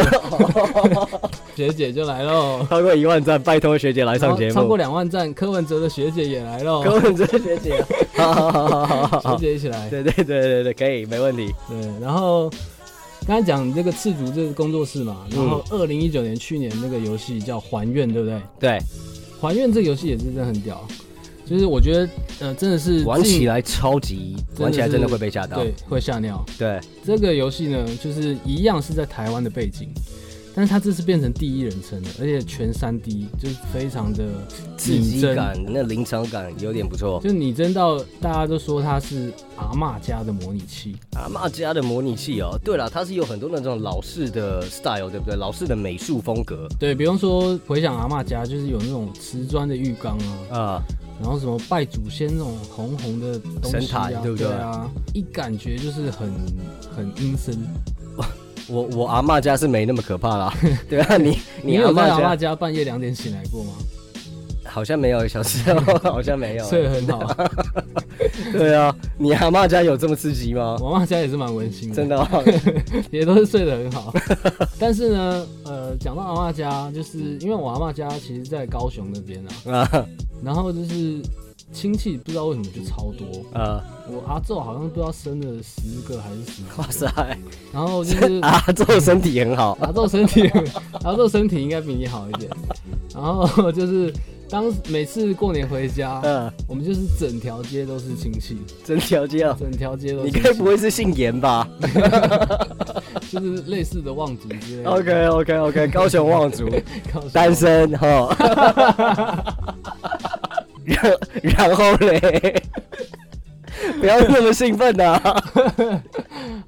[SPEAKER 2] 学姐就来喽，
[SPEAKER 1] 超过一万赞，拜托学姐来
[SPEAKER 2] 然
[SPEAKER 1] 上
[SPEAKER 2] 后
[SPEAKER 1] 节
[SPEAKER 2] 超过
[SPEAKER 1] 目。
[SPEAKER 2] 两万赞，柯文哲的学姐也来喽，
[SPEAKER 1] 跟我们这学姐，啊好好好好好好
[SPEAKER 2] 学
[SPEAKER 1] 好，
[SPEAKER 2] 姐一起来，
[SPEAKER 1] 对对对对对，可以，没问题。
[SPEAKER 2] 对，然后。刚才讲这个赤足这个工作室嘛，
[SPEAKER 1] 嗯
[SPEAKER 2] 然后二零一九年去年那个游戏叫《还愿》，对不对？
[SPEAKER 1] 对，
[SPEAKER 2] 《还愿》这个游戏也是真的很屌，就是我觉得呃真的是
[SPEAKER 1] 玩
[SPEAKER 2] 近
[SPEAKER 1] 起来超级，
[SPEAKER 2] 的
[SPEAKER 1] 玩起来真的
[SPEAKER 2] 是
[SPEAKER 1] 会被吓到。
[SPEAKER 2] 对会吓尿，
[SPEAKER 1] 对，
[SPEAKER 2] 这个游戏呢，就是一样是在台湾的背景，但是它这次变成第一人称的，而且全三 D，就是非常的
[SPEAKER 1] 刺激
[SPEAKER 2] 拟真，
[SPEAKER 1] 感，那临场感有点不错。
[SPEAKER 2] 就拟真到大家都说它是阿嬷家的模拟器。
[SPEAKER 1] 阿嬷啊家的模拟器哦，对了，它是有很多那种老式的 style，对不对？老式的美术风格
[SPEAKER 2] 对，比方说回想阿嬷家，就是有那种瓷砖的浴缸啊，
[SPEAKER 1] 啊、
[SPEAKER 2] 然后什么拜祖先那种红红的东
[SPEAKER 1] 神
[SPEAKER 2] 西啊，
[SPEAKER 1] 坛对不对
[SPEAKER 2] 啊，一感觉就是很很阴森。
[SPEAKER 1] 我我阿嬷家是没那么可怕啦， 对啊，你
[SPEAKER 2] 你
[SPEAKER 1] 你阿
[SPEAKER 2] 有在
[SPEAKER 1] 嬷
[SPEAKER 2] 阿嬷
[SPEAKER 1] 家
[SPEAKER 2] 家半夜两点醒来过 吗？
[SPEAKER 1] 好像没有，小时 候好像没有。
[SPEAKER 2] 睡得很好，啊
[SPEAKER 1] 对啊，你阿嬷家有这么刺激吗？
[SPEAKER 2] 我阿嬷家也是蛮温馨的。
[SPEAKER 1] 真的、哦，
[SPEAKER 2] 也都是睡得很好。 但是呢，呃，讲到阿嬷家，就是因为我阿嬷家其实在高雄那边啊，
[SPEAKER 1] 啊
[SPEAKER 2] 然后就是亲戚不知道为什么就超多，
[SPEAKER 1] 啊，
[SPEAKER 2] 我阿昼好像不知道生了十个还是十个，
[SPEAKER 1] 哇塞，
[SPEAKER 2] 然 后就是
[SPEAKER 1] 阿宙身体很好，
[SPEAKER 2] 阿昼身体，阿昼身体应该比你好一点，然后就是。当时每次过年 回家，
[SPEAKER 1] 嗯、
[SPEAKER 2] 我们就是整条街都是亲戚，
[SPEAKER 1] 真条件哦。
[SPEAKER 2] 整条街都
[SPEAKER 1] 你
[SPEAKER 2] 是
[SPEAKER 1] 该
[SPEAKER 2] 亲
[SPEAKER 1] 不会是姓严吧
[SPEAKER 2] 戚，就是类似的望族之类的。
[SPEAKER 1] ？OK OK OK，高雄望族，
[SPEAKER 2] 告诉我
[SPEAKER 1] 单身 哈。然然后嘞，不要那么兴奋啊呐、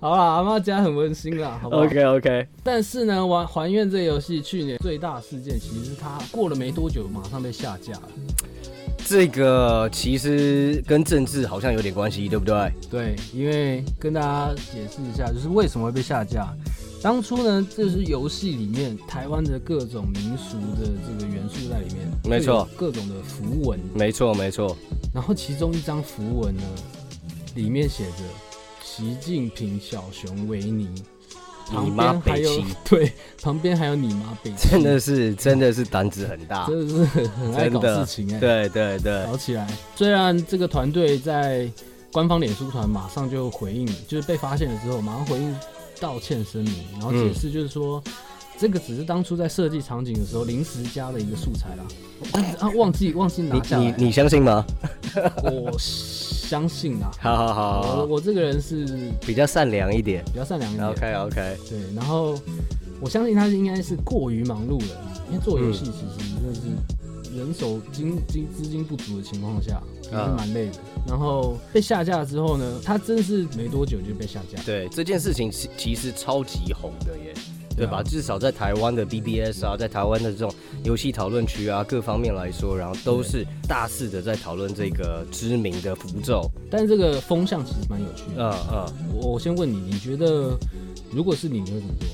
[SPEAKER 2] 好啦，阿妈家很温馨啦，好不好
[SPEAKER 1] OK OK，
[SPEAKER 2] 但是呢，玩《还愿》这游戏去年最大事件，其实是它过了没多久，马上被下架了。
[SPEAKER 1] 这个其实跟政治好像有点关系，对不对？
[SPEAKER 2] 对，因为跟大家解释一下，就是为什么会被下架。当初呢，这是游戏里面台湾的各种民俗的这个元素在里面，
[SPEAKER 1] 没错，
[SPEAKER 2] 各种的符文。
[SPEAKER 1] 没错没错，
[SPEAKER 2] 然后其中一张符文呢，里面写着“习近平小熊维尼”，
[SPEAKER 1] 你
[SPEAKER 2] 旁
[SPEAKER 1] 妈
[SPEAKER 2] 边还
[SPEAKER 1] 北
[SPEAKER 2] 有
[SPEAKER 1] 齐，
[SPEAKER 2] 对，旁边还有你妈北齐，
[SPEAKER 1] 真的是真的是胆子很大，
[SPEAKER 2] 真的是很很爱搞
[SPEAKER 1] 真
[SPEAKER 2] 事
[SPEAKER 1] 的
[SPEAKER 2] 情哎、
[SPEAKER 1] 对对对，
[SPEAKER 2] 搞起来。虽然这个团队在官方脸书团马上就回应，就是被发现了之后马上回应道歉声明，然后解释就是说。这个只是当初在设计场景的时候临时加的一个素材啦， 但是啊忘记忘记拿下
[SPEAKER 1] 你你
[SPEAKER 2] 来了，
[SPEAKER 1] 你相信吗？
[SPEAKER 2] 我相信啦，
[SPEAKER 1] 好好好好
[SPEAKER 2] 我
[SPEAKER 1] 好，嗯
[SPEAKER 2] 我这个人是
[SPEAKER 1] 比较善良一点。
[SPEAKER 2] 比较善良一点，
[SPEAKER 1] OK OK，
[SPEAKER 2] 对，然后我相信他是应该是过于忙碌了，因为做游戏其实真的是人手金金资金不足的情况下，也是蛮累的。然后被下架之后呢，他真是没多久就被下架，
[SPEAKER 1] 对这件事情其其实超级红的耶，
[SPEAKER 2] 对
[SPEAKER 1] 对
[SPEAKER 2] 啊
[SPEAKER 1] 吧？至少在台湾的 BBS 啊，在台湾的这种游戏讨论区啊，各方面来说，然后都是大肆的在讨论这个知名的符咒。
[SPEAKER 2] 但是这个风向其实蛮有趣的。
[SPEAKER 1] 嗯嗯，
[SPEAKER 2] 我我先问你，你觉得如果是你，你会怎么做？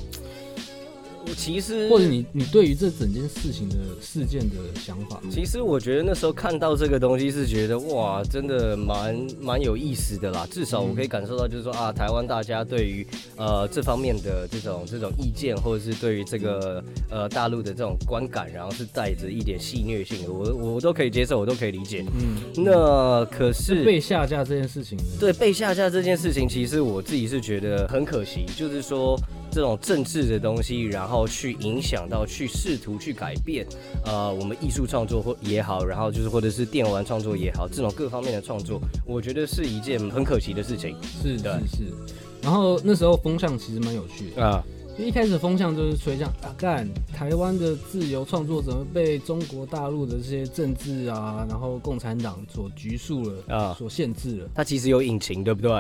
[SPEAKER 1] 我其实
[SPEAKER 2] 或者你你对于这整件事情的事件的想法？
[SPEAKER 1] 其实我觉得那时候看到这个东西是觉得哇，真的蛮蛮有意思的啦。至少我可以感受到，就是说啊，台湾大家对于呃这方面的这种这种意见，或者是对于这个呃大陆的这种观感，然后是带着一点戏谑性的，我我都可以接受，我都可以理解。
[SPEAKER 2] 嗯，
[SPEAKER 1] 那可是
[SPEAKER 2] 被下架这件事情呢，
[SPEAKER 1] 对被下架这件事情，其实我自己是觉得很可惜，就是说这种政治的东西，然后去影响到去试图去改变，呃，我们艺术创作或也好，然后就是或者是电玩创作也好，这种各方面的创作，我觉得是一件很可惜的事情
[SPEAKER 2] 是
[SPEAKER 1] 对
[SPEAKER 2] 是是。然后那时候风向其实蛮有趣的，
[SPEAKER 1] 啊。
[SPEAKER 2] 一开始风向就是吹向啊，干台湾的自由创作者被中国大陆的这些政治啊，然后共产党所拘束了，
[SPEAKER 1] 啊
[SPEAKER 2] 所限制了。
[SPEAKER 1] 它其实有隐情，对不对？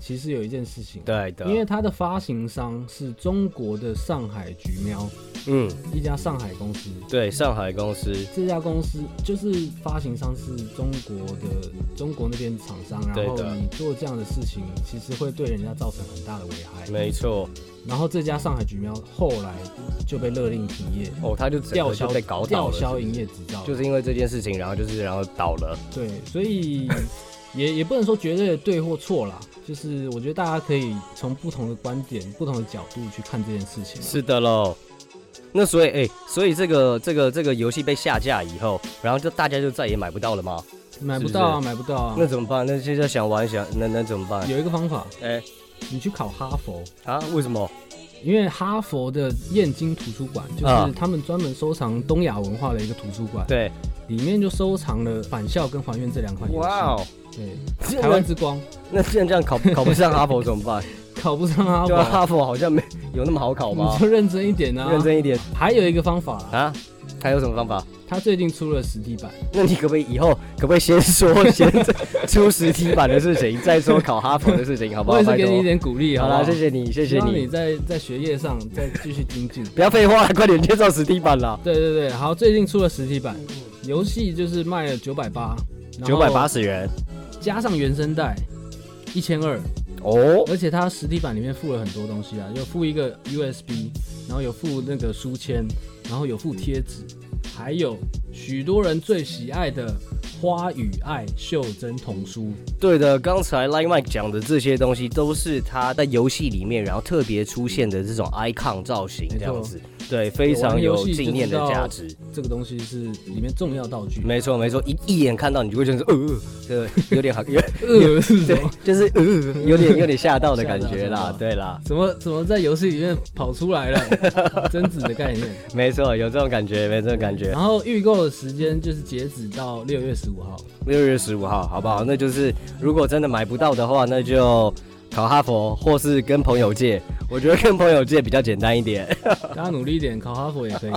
[SPEAKER 2] 其实有一件事情，
[SPEAKER 1] 对啊的，
[SPEAKER 2] 因为它的发行商是中国的上海橘喵
[SPEAKER 1] 嗯，
[SPEAKER 2] 一家上海公司，
[SPEAKER 1] 对，上海公司，
[SPEAKER 2] 这家公司就是发行商是中国的中国那边厂商，然后
[SPEAKER 1] 对的
[SPEAKER 2] 你做这样的事情，其实会对人家造成很大的危害。
[SPEAKER 1] 没错，
[SPEAKER 2] 然后这家上海橘喵后来就被勒令停业。
[SPEAKER 1] 哦，它就整
[SPEAKER 2] 吊
[SPEAKER 1] 个就
[SPEAKER 2] 销
[SPEAKER 1] 被搞倒
[SPEAKER 2] 吊
[SPEAKER 1] 了，
[SPEAKER 2] 销营业执照，
[SPEAKER 1] 就是因为这件事情，然后就是然后倒了，
[SPEAKER 2] 对，所以也 也不能说绝对的对或错啦，就是我觉得大家可以从不同的观点、不同的角度去看这件事情。啊
[SPEAKER 1] 是的喽。那所以，哎、所以这个这个这个游戏被下架以后，然后就大家就再也买不到了吗？
[SPEAKER 2] 买不到啊，买不到啊
[SPEAKER 1] 那。怎么办？那现在想玩想那那怎么办？
[SPEAKER 2] 有一个方法，
[SPEAKER 1] 哎、
[SPEAKER 2] 你去考哈佛，
[SPEAKER 1] 啊，为什么？
[SPEAKER 2] 因为哈佛的燕京图书馆就是
[SPEAKER 1] 啊
[SPEAKER 2] 他们专门收藏东亚文化的一个图书馆，
[SPEAKER 1] 对，
[SPEAKER 2] 里面就收藏了返校跟还愿这两款游戏。
[SPEAKER 1] 哇哦，
[SPEAKER 2] 对，
[SPEAKER 1] 这
[SPEAKER 2] 台湾之光
[SPEAKER 1] 那既然这样考考不上哈佛怎么 办？
[SPEAKER 2] 考不上哈
[SPEAKER 1] 对啊，
[SPEAKER 2] 佛，
[SPEAKER 1] 哈佛好像没有那么好考吗
[SPEAKER 2] 你？就认真一点 啊。
[SPEAKER 1] 认。真一点
[SPEAKER 2] 还有一个方法啦，
[SPEAKER 1] 啊，还有什么方法？
[SPEAKER 2] 他最近出了实体版。
[SPEAKER 1] 那你可不可以以后可不可以先说先出实体版的事情，再说考哈佛的事情，好不
[SPEAKER 2] 我
[SPEAKER 1] 好？
[SPEAKER 2] 也是
[SPEAKER 1] 拜
[SPEAKER 2] 给你一
[SPEAKER 1] 托。
[SPEAKER 2] 点鼓励，
[SPEAKER 1] 好
[SPEAKER 2] 不好
[SPEAKER 1] 啦，谢谢你，谢
[SPEAKER 2] 希
[SPEAKER 1] 谢
[SPEAKER 2] 望
[SPEAKER 1] 你
[SPEAKER 2] 你。在在学业上再继续精进。
[SPEAKER 1] 不要废话了，快点介绍实体版啦。
[SPEAKER 2] 对对对，好，最近出了实体版，游戏就是卖了九百八，
[SPEAKER 1] 九百八十元
[SPEAKER 2] 加上原声带一千二，
[SPEAKER 1] 哦，
[SPEAKER 2] 而且它实体版里面附了很多东西啊，有附一个 USB，然后有附那个书签，然后有附贴纸，还有许多人最喜爱的花与爱袖珍童书。
[SPEAKER 1] 对的，刚才 Line Mike 讲的这些东西都是他在游戏里面，然后特别出现的这种 icon 造型
[SPEAKER 2] 没错
[SPEAKER 1] 这样子，对，非常有纪念的价值。
[SPEAKER 2] 这个东西是里面重要道具。
[SPEAKER 1] 没错没错，一一眼看到你就会觉得是呃，呃对，有点 好，有
[SPEAKER 2] 呃，是什么？
[SPEAKER 1] 就是呃，有点有点吓到的感觉
[SPEAKER 2] 吓
[SPEAKER 1] 啦
[SPEAKER 2] 到，
[SPEAKER 1] 对啦，
[SPEAKER 2] 怎么怎么在游戏里面跑出来了？ 贞子的概念。
[SPEAKER 1] 没错，有这种感觉，没这种感觉
[SPEAKER 2] 然。后预购的时间就是截止到六月十五号。
[SPEAKER 1] 六月十五号，好不好？那就是如果真的买不到的话，那就考哈佛，或是跟朋友借。我觉得跟朋友借比较简单一点。
[SPEAKER 2] 大家努力一点，考哈佛也可以。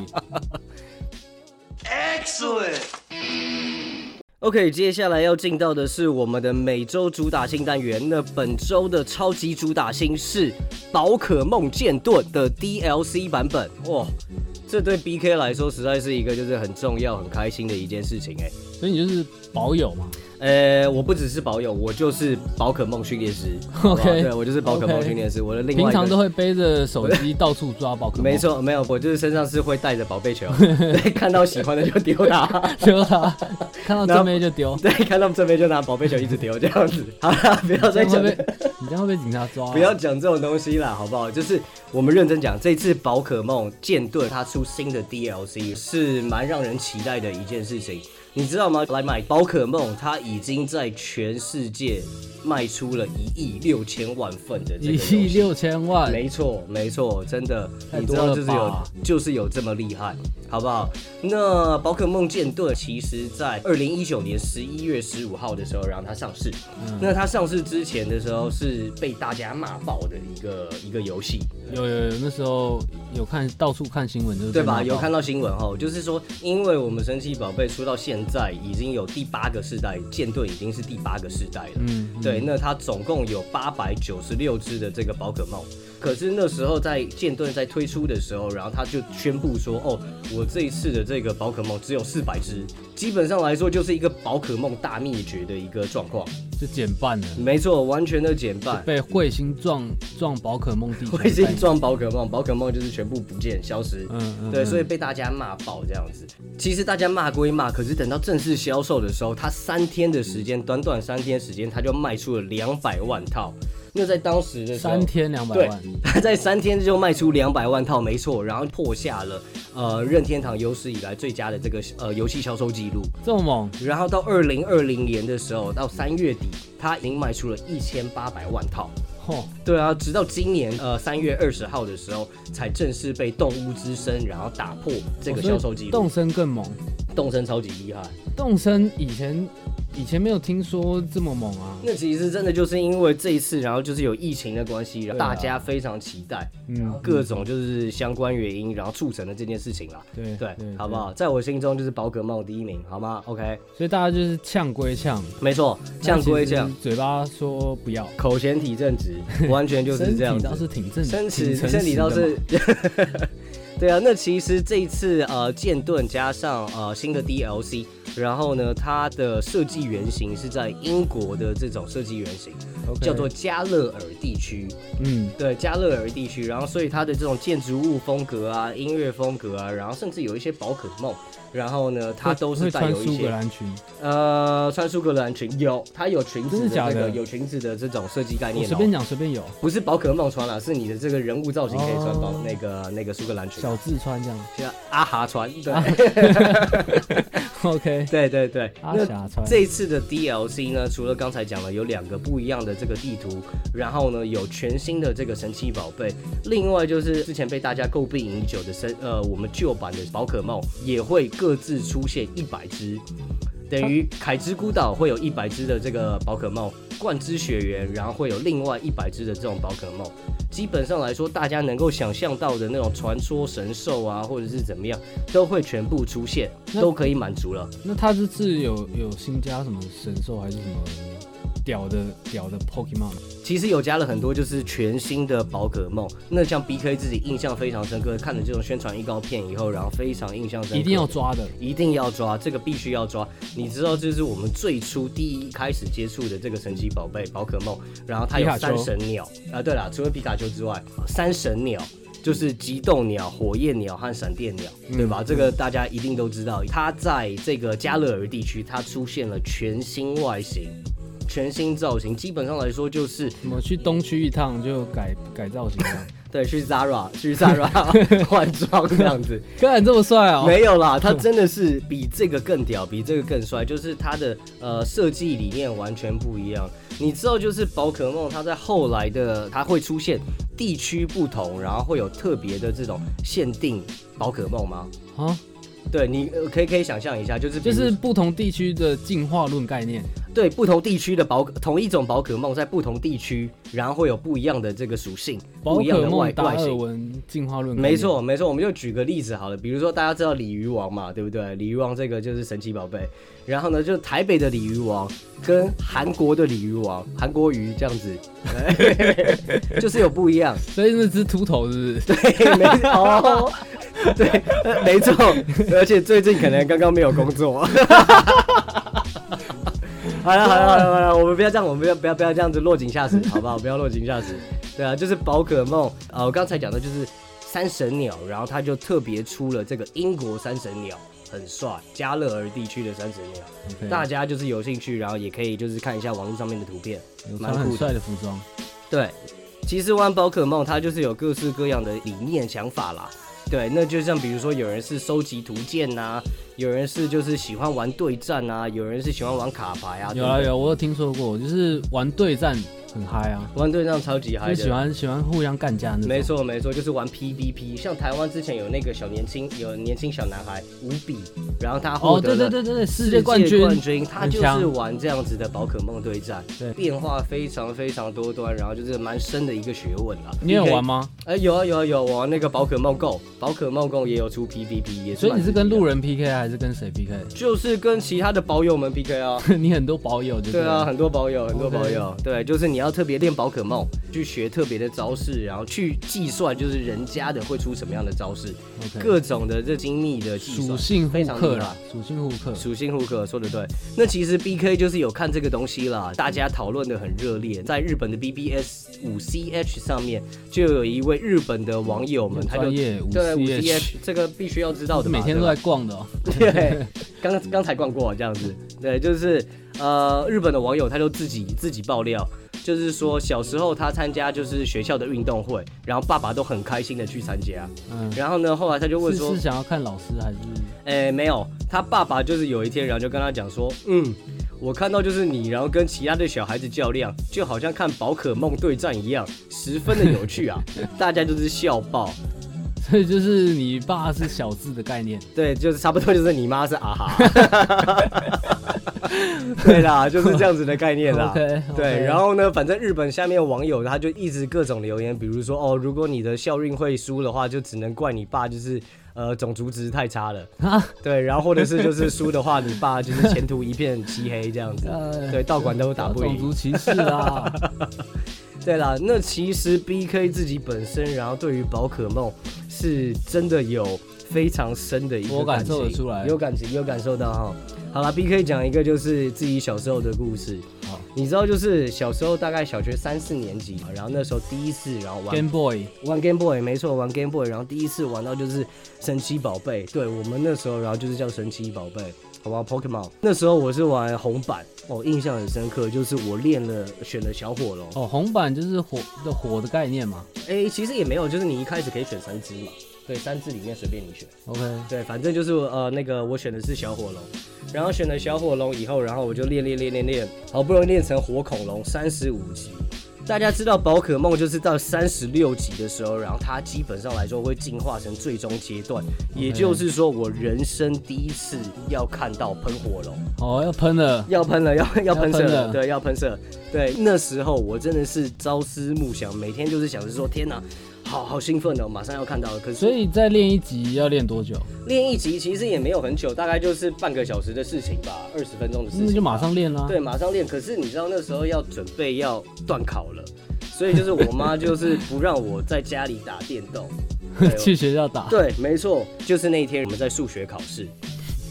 [SPEAKER 1] OK，接下来要进到的是我们的每周主打新单元。那本周的超级主打新是《宝可梦剑盾》的 DLC 版本。哇，这对 BK 来说实在是一个就是很重要、很开心的一件事情哎、
[SPEAKER 2] 所以你就是保有嘛。
[SPEAKER 1] 呃，我不只是保有，我就是宝可梦训练师。好不好
[SPEAKER 2] OK
[SPEAKER 1] 对我就是宝可梦
[SPEAKER 2] OK
[SPEAKER 1] 训练师。我的另外
[SPEAKER 2] 平
[SPEAKER 1] 一
[SPEAKER 2] 常
[SPEAKER 1] 个
[SPEAKER 2] 都会背着手机到处抓宝可梦，
[SPEAKER 1] 没，错，没有，我就是身上是会带着宝贝 球，啊对，看到喜欢的就丢它，
[SPEAKER 2] 丢它，看到正面就丢，
[SPEAKER 1] 对，看到这边就拿宝贝球一直丢这样子。好啦，不要
[SPEAKER 2] 这
[SPEAKER 1] 再
[SPEAKER 2] 样
[SPEAKER 1] 讲
[SPEAKER 2] 会被你这样会被警察抓啊。
[SPEAKER 1] 不要讲这种东西啦，好不好？就是我们认真讲，这次宝可梦剑盾它出新的 DLC 是蛮让人期待的一件事情，你知道吗？来买宝可梦，它已经在全世界卖出了一亿六千万份的这个游
[SPEAKER 2] 一
[SPEAKER 1] 戏
[SPEAKER 2] 亿六千万，
[SPEAKER 1] 没错，没错，真的，
[SPEAKER 2] 太
[SPEAKER 1] 你知
[SPEAKER 2] 多
[SPEAKER 1] 道
[SPEAKER 2] 了
[SPEAKER 1] 就是有
[SPEAKER 2] 吧，
[SPEAKER 1] 就是有这么厉害，好不好？那宝可梦剑盾其实在二零一九年十一月十五号的时候让它上市，
[SPEAKER 2] 嗯
[SPEAKER 1] 那它上市之前的时候是被大家骂爆的一个一个游戏，
[SPEAKER 2] 有有有，那时候有看到处看新闻，就是
[SPEAKER 1] 对
[SPEAKER 2] 被骂
[SPEAKER 1] 吧？
[SPEAKER 2] 爆
[SPEAKER 1] 有看到新闻哦，就是说，因为我们神奇宝贝出到现在已经有第八个世代，剑盾已经是第八个世代了。
[SPEAKER 2] 嗯，嗯
[SPEAKER 1] 对，那它总共有八百九十六只的这个宝可梦。可是那时候在剑盾在推出的时候，然后他就宣布说：“哦，我这一次的这个宝可梦只有四百只，基本上来说就是一个宝可梦大灭绝的一个状况。
[SPEAKER 2] 就减半了”，
[SPEAKER 1] 没错，完全的减半。
[SPEAKER 2] 被彗星撞撞宝可梦地球，
[SPEAKER 1] 彗星，撞宝可梦，宝可梦就是全部不见消失。
[SPEAKER 2] 嗯嗯，
[SPEAKER 1] 对，
[SPEAKER 2] 嗯
[SPEAKER 1] 所以被大家骂爆这样子。其实大家骂归骂，可是等到正式销售的时候，它三天的时间，短短三天时间，它就卖出了两百万套。那在当时的时候，
[SPEAKER 2] 三天两百
[SPEAKER 1] 对
[SPEAKER 2] 万，，
[SPEAKER 1] 它在三天就卖出两百万套，没错，然后破下了呃任天堂有史以来最佳的这个呃游戏销售记录。
[SPEAKER 2] 这么猛，
[SPEAKER 1] 然后到二零二零年的时候，到三月底，它已经卖出了一千八百万套。
[SPEAKER 2] 吼，
[SPEAKER 1] 对啊，直到今年呃三月二十号的时候，才正式被动物之声然后打破这个
[SPEAKER 2] 哦所以
[SPEAKER 1] 销售记录。
[SPEAKER 2] 动身更猛，
[SPEAKER 1] 动声超级厉害，
[SPEAKER 2] 动身以前以前没有听说这么猛啊，
[SPEAKER 1] 那其实真的就是因为这一次，然后就是有疫情的关系，然后
[SPEAKER 2] 对啊
[SPEAKER 1] 大家非常期待，然后
[SPEAKER 2] 嗯，
[SPEAKER 1] 各种就是相关原因，然后促成了这件事情啦。
[SPEAKER 2] 对
[SPEAKER 1] 对，好不？好？在我心中就是宝可梦第一名，好吗？OK，
[SPEAKER 2] 所以大家就是呛归呛，
[SPEAKER 1] 没错，像归
[SPEAKER 2] 但
[SPEAKER 1] 像，
[SPEAKER 2] 其实嘴巴说不要，
[SPEAKER 1] 口嫌体正直，完全就是这样
[SPEAKER 2] 身体
[SPEAKER 1] 子
[SPEAKER 2] 倒。是挺正，
[SPEAKER 1] 身体
[SPEAKER 2] 挺诚
[SPEAKER 1] 身体
[SPEAKER 2] 实
[SPEAKER 1] 倒
[SPEAKER 2] 的嘛
[SPEAKER 1] 是。 对啊，那其实这一次呃剑盾加上呃新的 DLC，然后呢，它的设计原型是在英国的这种设计原型
[SPEAKER 2] OK
[SPEAKER 1] 叫做加勒尔地区。
[SPEAKER 2] 嗯，
[SPEAKER 1] 对加勒尔地区，然后所以它的这种建筑物风格啊、音乐风格啊，然后甚至有一些宝可梦，然后呢，它
[SPEAKER 2] 会
[SPEAKER 1] 都是
[SPEAKER 2] 会
[SPEAKER 1] 带
[SPEAKER 2] 穿
[SPEAKER 1] 有一
[SPEAKER 2] 苏格
[SPEAKER 1] 些
[SPEAKER 2] 兰裙，
[SPEAKER 1] 呃穿苏格兰裙，有它有裙子
[SPEAKER 2] 真的
[SPEAKER 1] 的
[SPEAKER 2] 假
[SPEAKER 1] 这个
[SPEAKER 2] 的
[SPEAKER 1] 有裙子的这种设计概
[SPEAKER 2] 我
[SPEAKER 1] 念、
[SPEAKER 2] 随
[SPEAKER 1] 哦，
[SPEAKER 2] 便讲随便有，
[SPEAKER 1] 不是宝可梦穿啦，是你的这个人物造型可以穿宝、
[SPEAKER 2] 哦
[SPEAKER 1] 那个那个苏格兰裙，
[SPEAKER 2] 小字穿这样
[SPEAKER 1] 像阿哈穿，对、
[SPEAKER 2] ，OK，
[SPEAKER 1] 对对对。
[SPEAKER 2] 阿
[SPEAKER 1] 那
[SPEAKER 2] 霞穿，
[SPEAKER 1] 这一次的 DLC 呢，除了刚才讲了有两个不一样的这个地图，然后呢有全新的这个神奇宝贝，另外就是之前被大家诟病已久的神呃我们旧版的宝可梦也会各自出现一百只，等于凯之孤岛会有一百只的这个宝可梦，冠之雪原然后会有另外一百只的这种宝可梦。基本上来说，大家能够想象到的那种传说神兽啊，或者是怎么样，都会全部出现，
[SPEAKER 2] 那
[SPEAKER 1] 都可以满足了。
[SPEAKER 2] 那他这次有有新加什么神兽还是什么屌的屌的 Pokemon？
[SPEAKER 1] 其实有加了很多就是全新的宝可梦，那像 B K 自己印象非常深刻，看了这种宣传预告片以后，然后非常印象深刻，
[SPEAKER 2] 一定要抓的，
[SPEAKER 1] 一定要抓，这个必须要抓。你知道，这是我们最初第一开始接触的这个神奇宝贝宝可梦，然后它有
[SPEAKER 2] 皮卡
[SPEAKER 1] 三
[SPEAKER 2] 丘
[SPEAKER 1] 神鸟啊、对了，除了皮卡丘之外，三神鸟。就是极斗鸟、火焰鸟和闪电鸟，
[SPEAKER 2] 嗯
[SPEAKER 1] 对吧？这个大家一定都知道。它在这个加勒尔地区，它出现了全新外形、全新造型，基本上来说就是
[SPEAKER 2] 什么去东区一趟就改改造型这 啊样，
[SPEAKER 1] 对，去 Zara 去 Zara 换装这样子，
[SPEAKER 2] 哥你这么帅哦，
[SPEAKER 1] 没有啦，他真的是比这个更屌，比这个更帅，就是他的呃设计理念完全不一样。你知道，就是宝可梦它在后来的它会出现地区不同，然后会有特别的这种限定宝可梦吗？
[SPEAKER 2] 啊，
[SPEAKER 1] 对你呃可以可以想象一下，就是比
[SPEAKER 2] 就
[SPEAKER 1] 如
[SPEAKER 2] 是不同地区的进化论概念，
[SPEAKER 1] 对不同地区的宝可同一种宝可梦在不同地区，然后会有不一样的这个属性，
[SPEAKER 2] 宝
[SPEAKER 1] 不一样
[SPEAKER 2] 可
[SPEAKER 1] 的外
[SPEAKER 2] 梦达
[SPEAKER 1] 外
[SPEAKER 2] 尔
[SPEAKER 1] 形。
[SPEAKER 2] 文进化论，
[SPEAKER 1] 没，错，没错，我们就举个例子好了，比如说大家知道鲤鱼王嘛，对不对？鲤鱼王这个就是神奇宝贝，然后呢，就台北的鲤鱼王跟韩国的鲤鱼王，韩国鱼这样子， 就是有不一样。
[SPEAKER 2] 所以那只秃头是不 是？
[SPEAKER 1] 对，没哦，对，呃没错，而且最近可能刚刚没有工作， 好了好了好了好了，我们不要这样，我们不要不要不要这样子落井下石，好不好？不要落井下石。对啊，就是宝可梦啊，呃我刚才讲的就是三神鸟，然后它就特别出了这个英国三神鸟，很帅，加勒尔地区的三神鸟，
[SPEAKER 2] OK，
[SPEAKER 1] 大家就是有兴趣，然后也可以就是看一下网络上面的图片。
[SPEAKER 2] 有
[SPEAKER 1] 蛮
[SPEAKER 2] 穿
[SPEAKER 1] 酷的
[SPEAKER 2] 很帅的服装，
[SPEAKER 1] 对，其实玩宝可梦它就是有各式各样的理念想法啦。对，那就像比如说有人是收集图鉴呐、有人是就是喜欢玩对战呐、有人是喜欢玩卡牌啊，
[SPEAKER 2] 有
[SPEAKER 1] 啊
[SPEAKER 2] 啊有，我有听说过，就是玩对战很嗨啊，
[SPEAKER 1] 玩对战超级嗨
[SPEAKER 2] 就
[SPEAKER 1] 的。
[SPEAKER 2] 喜欢喜欢互相干架那种。
[SPEAKER 1] 没，错没错，就是玩 PVP，像台湾之前有那个小年轻，有年轻小男孩五比，然后他获
[SPEAKER 2] 哦，
[SPEAKER 1] 得
[SPEAKER 2] 对
[SPEAKER 1] 了
[SPEAKER 2] 对对对对，世
[SPEAKER 1] 世
[SPEAKER 2] 界
[SPEAKER 1] 界
[SPEAKER 2] 冠
[SPEAKER 1] 冠
[SPEAKER 2] 军
[SPEAKER 1] 军，，他
[SPEAKER 2] 很
[SPEAKER 1] 就
[SPEAKER 2] 强
[SPEAKER 1] 是玩这样子的宝可梦对战，
[SPEAKER 2] 对
[SPEAKER 1] 变化非常非常多端，然后就是蛮深的一个学问啦。
[SPEAKER 2] 你有
[SPEAKER 1] 可以
[SPEAKER 2] 玩吗？
[SPEAKER 1] 哎，有啊有啊有啊，我玩那个宝可梦 Go，宝可梦 Go 也有出 PVP，也
[SPEAKER 2] 所以你是跟
[SPEAKER 1] 人。
[SPEAKER 2] 路人 PK 还是跟谁 PK？
[SPEAKER 1] 就是跟其他的保友们 PK 啊。
[SPEAKER 2] 你很多保友就
[SPEAKER 1] 对啊，
[SPEAKER 2] 了，
[SPEAKER 1] 很多保友，很多
[SPEAKER 2] OK
[SPEAKER 1] 保友。对，就是你要特别练宝可梦，去学特别的招式，然后去计算，就是人家的会出什么样的招式，
[SPEAKER 2] OK
[SPEAKER 1] 各种的这精密的计
[SPEAKER 2] 属
[SPEAKER 1] 算。
[SPEAKER 2] 性
[SPEAKER 1] 非
[SPEAKER 2] 互
[SPEAKER 1] 常厉
[SPEAKER 2] 克
[SPEAKER 1] 害
[SPEAKER 2] 啦，属性互克。
[SPEAKER 1] 属性互克说的对，那其实 B K 就是有看这个东西啦，大家讨论的很热烈，在日本的 B B S 五 C H 上面就有一位日本的网友们，他就
[SPEAKER 2] 专业五
[SPEAKER 1] 对五
[SPEAKER 2] C
[SPEAKER 1] C
[SPEAKER 2] H，
[SPEAKER 1] H 这个必须要知道的嘛，
[SPEAKER 2] 每天
[SPEAKER 1] 对
[SPEAKER 2] 都
[SPEAKER 1] 吧
[SPEAKER 2] 在逛的哦。
[SPEAKER 1] 对，刚刚才逛过这样子，对，就是呃，日本的网友他就自己自己爆料，就是说小时候他参加就是学校的运动会，然后爸爸都很开心的去参加，
[SPEAKER 2] 嗯，
[SPEAKER 1] 然后呢，后来他就问
[SPEAKER 2] 是
[SPEAKER 1] 说
[SPEAKER 2] 是，想要看老师还是？
[SPEAKER 1] 哎，没有，他爸爸就是有一天，然后就跟他讲说，嗯。我看到就是你，然后跟其他的小孩子较量，就好像看宝可梦对战一样，十分的有趣啊！ 大家就是笑爆，
[SPEAKER 2] 所以就是你爸是小智的概念，
[SPEAKER 1] 对，就是差不多就是你妈是啊哈， 对啦，就是这样子的概念 啦。
[SPEAKER 2] 哦 OK，OK
[SPEAKER 1] 对，然后呢，反正日本下面网友他就一直各种留言，比如说哦，如果你的校运会输的话，就只能怪你爸就是呃种族值太差了，
[SPEAKER 2] 啊，，
[SPEAKER 1] 对，然后或者是就是输的话，你爸就是前途一片漆黑这样子
[SPEAKER 2] 呃
[SPEAKER 1] 对，道馆都打不
[SPEAKER 2] 种
[SPEAKER 1] 赢。
[SPEAKER 2] 族歧视 啦。
[SPEAKER 1] 对啦，那其实 B K 自己本身，然后对于宝可梦是真的有非常深的一个
[SPEAKER 2] 我感
[SPEAKER 1] 情
[SPEAKER 2] 受得出来
[SPEAKER 1] 有感情，有感受到哈。好啦 b K 讲一个就是自己小时候的故事。
[SPEAKER 2] 好
[SPEAKER 1] 你知道，就是小时候大概小学三四年级嘛，然后那时候第一次，然后玩
[SPEAKER 2] Game Boy，
[SPEAKER 1] 玩 Game Boy，没错，玩 Game Boy，然后第一次玩到就是神奇宝贝，对我们那时候，然后就是叫神奇宝贝，好吧，Pokemon。那时候我是玩红版，我、印象很深刻，就是我练了选了小火龙，
[SPEAKER 2] 哦，红版就是火的火的概念嘛。
[SPEAKER 1] 哎、其实也没有，就是你一开始可以选三只嘛，对，三只里面随便你选。
[SPEAKER 2] OK，
[SPEAKER 1] 对，反正就是呃那个我选的是小火龙，然后选了小火龙以后，然后我就练练练练练，好不容易练成火恐龙三十五级。大家知道宝可梦就是到三十六级的时候，然后它基本上来说会进化成最终阶段，也就是说我人生第一次要看到喷火龙，
[SPEAKER 2] 哦，要喷了，
[SPEAKER 1] 要喷了，要要喷射
[SPEAKER 2] 要喷
[SPEAKER 1] 了，
[SPEAKER 2] 了
[SPEAKER 1] 对，要喷射。对，那时候我真的是朝思暮想，每天就是想着说天哪，好好兴奋哦，马上要看到了。可是
[SPEAKER 2] 所以再练一集要练多久？
[SPEAKER 1] 练一集其实也没有很久，大概就是半个小时的事情吧，二十分钟的事情吧。
[SPEAKER 2] 那就马上练啦。
[SPEAKER 1] 对，马上练。可是你知道那时候要准备要断考了，所以就是我妈就是不让我在家里打电动。对
[SPEAKER 2] 去学校打。
[SPEAKER 1] 对，没错，就是那一天我们在数学考试，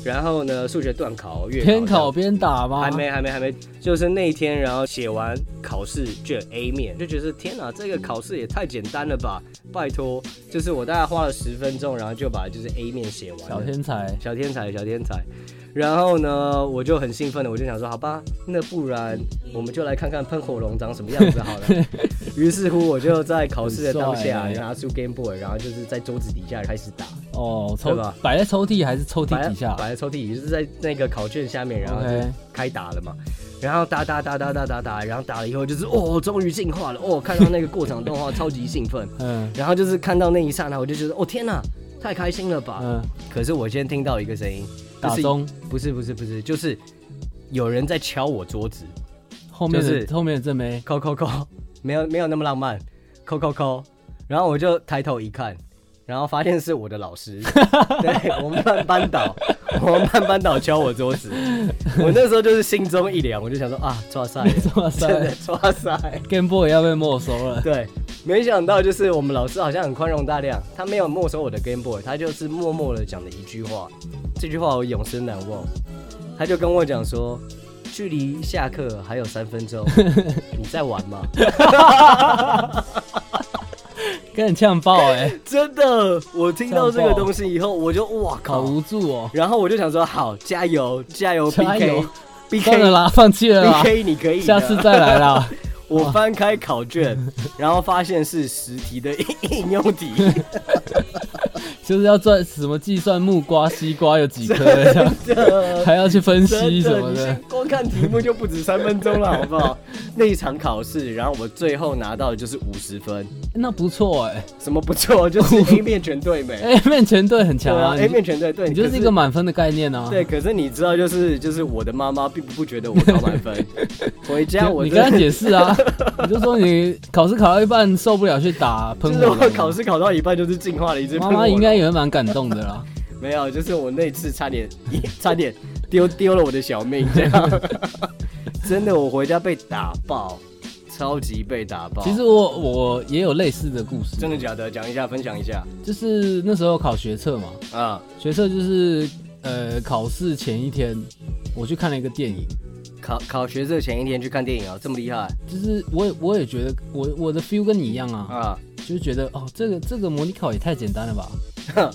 [SPEAKER 1] 然后呢数学断考，月
[SPEAKER 2] 边
[SPEAKER 1] 考
[SPEAKER 2] 考边打吗？
[SPEAKER 1] 还没，还没，还没，就是那一天，然后写完考试卷 A 面，就觉得天哪，这个考试也太简单了吧！拜托，就是我大概花了十分钟，然后就把就是 A 面写完了。
[SPEAKER 2] 小天才，
[SPEAKER 1] 小天才，小天才。然后呢，我就很兴奋的，我就想说，好吧，那不然我们就来看看喷火龙长什么样子好 了。于是乎，我就在考试的当
[SPEAKER 2] 很帅
[SPEAKER 1] 下
[SPEAKER 2] 欸
[SPEAKER 1] 拿出 Game Boy，然后就是在桌子底下开始打，
[SPEAKER 2] 哦，抽
[SPEAKER 1] 对吧
[SPEAKER 2] 摆在抽屉还是抽
[SPEAKER 1] 摆
[SPEAKER 2] 屉
[SPEAKER 1] 在
[SPEAKER 2] 底下
[SPEAKER 1] 摆在啊抽屉里，就是在那个考卷下面，然后就
[SPEAKER 2] ？OK，
[SPEAKER 1] 开打了嘛。然后打打打打打打打，然后打了以后就是哦，终于进化了哦，看到那个过场动画超级兴奋，
[SPEAKER 2] 嗯
[SPEAKER 1] 然后就是看到那一刹那，我就觉得哦天哪，太开心了吧！
[SPEAKER 2] 嗯，
[SPEAKER 1] 可是我先听到一个声音，
[SPEAKER 2] 打
[SPEAKER 1] 就是
[SPEAKER 2] 中
[SPEAKER 1] 不是不是不是，就是有人在敲我桌子，
[SPEAKER 2] 后面
[SPEAKER 1] 就是
[SPEAKER 2] 的后面的正妹，
[SPEAKER 1] 扣扣扣，没有没有那么浪漫，扣扣扣。然后我就抬头一看，然后发现是我的老师，对我们班班导，我们班班导敲我桌子。我那时候就是心中一凉，我就想说啊，抓塞了，
[SPEAKER 2] 哇
[SPEAKER 1] 真的
[SPEAKER 2] 塞
[SPEAKER 1] 抓塞。
[SPEAKER 2] ，Game Boy 要被没收了。
[SPEAKER 1] 对，没想到就是我们老师好像很宽容大量，他没有没收我的 Game Boy，他就是默默的讲了一句话，这句话我永生难忘。他就跟我讲说，距离下课还有三分 钟，你在玩吗？
[SPEAKER 2] 跟你呛爆哎、
[SPEAKER 1] 真的，我听到这
[SPEAKER 2] 这
[SPEAKER 1] 个
[SPEAKER 2] 样爆
[SPEAKER 1] 东西以后，我就哇
[SPEAKER 2] 好
[SPEAKER 1] 靠！
[SPEAKER 2] 无助哦、
[SPEAKER 1] 然后我就想说，好，加油，加油
[SPEAKER 2] 加油算了
[SPEAKER 1] ，BK，BK，BK，
[SPEAKER 2] 啦，放弃了啦，
[SPEAKER 1] 你可以的。
[SPEAKER 2] 下次哦再来啦。
[SPEAKER 1] 我翻开考卷，然后发现是十题的应用题，
[SPEAKER 2] 就是要算什么计算木瓜、西瓜有几颗这样，
[SPEAKER 1] 真的
[SPEAKER 2] 还要去分
[SPEAKER 1] 真
[SPEAKER 2] 析什
[SPEAKER 1] 的，
[SPEAKER 2] 么
[SPEAKER 1] 你
[SPEAKER 2] 的
[SPEAKER 1] 先。光看题目就不止三分钟 了，好不好？那一场考试，然后我最后拿到的就是五十分，
[SPEAKER 2] 那不错哎、
[SPEAKER 1] 什么不错，就是 A 面全对没？
[SPEAKER 2] 欸、，A 面全队很
[SPEAKER 1] 对
[SPEAKER 2] 强
[SPEAKER 1] 啊
[SPEAKER 2] 啊，
[SPEAKER 1] ，A
[SPEAKER 2] 你就
[SPEAKER 1] 面全对，对，
[SPEAKER 2] 你就是一
[SPEAKER 1] 可
[SPEAKER 2] 个满分的概念啊。
[SPEAKER 1] 对，可是你知道，就是就是我的妈妈并不觉得我高满 分，回
[SPEAKER 2] 就，
[SPEAKER 1] 家我
[SPEAKER 2] 你
[SPEAKER 1] 真
[SPEAKER 2] 跟
[SPEAKER 1] 的
[SPEAKER 2] 他解 释啊，你就说你考试考到一半受不了去打喷
[SPEAKER 1] 就
[SPEAKER 2] 火
[SPEAKER 1] 是
[SPEAKER 2] 龙
[SPEAKER 1] 我
[SPEAKER 2] 啊。
[SPEAKER 1] 考试考到一半就是进化了一只
[SPEAKER 2] 妈
[SPEAKER 1] 喷火
[SPEAKER 2] 妈
[SPEAKER 1] 龙
[SPEAKER 2] 应该也会蛮感动的啦。
[SPEAKER 1] 没有，就是我那次差点 差点丢丢了我的小命，这 样真的我回家被打爆，超级被打爆。
[SPEAKER 2] 其实我我也有类似的故事，
[SPEAKER 1] 哦真的假的，讲一下分享一下
[SPEAKER 2] 就是那时候考学测嘛，
[SPEAKER 1] 啊，
[SPEAKER 2] 学测就是呃考试前一天，我去看了一个电影，
[SPEAKER 1] 考考学测前一天去看电影啊，这么厉害
[SPEAKER 2] 就是我也我也觉得我我的 feel 跟你一样啊，
[SPEAKER 1] 啊，
[SPEAKER 2] 就是觉得哦这个这个模拟考也太简单了吧，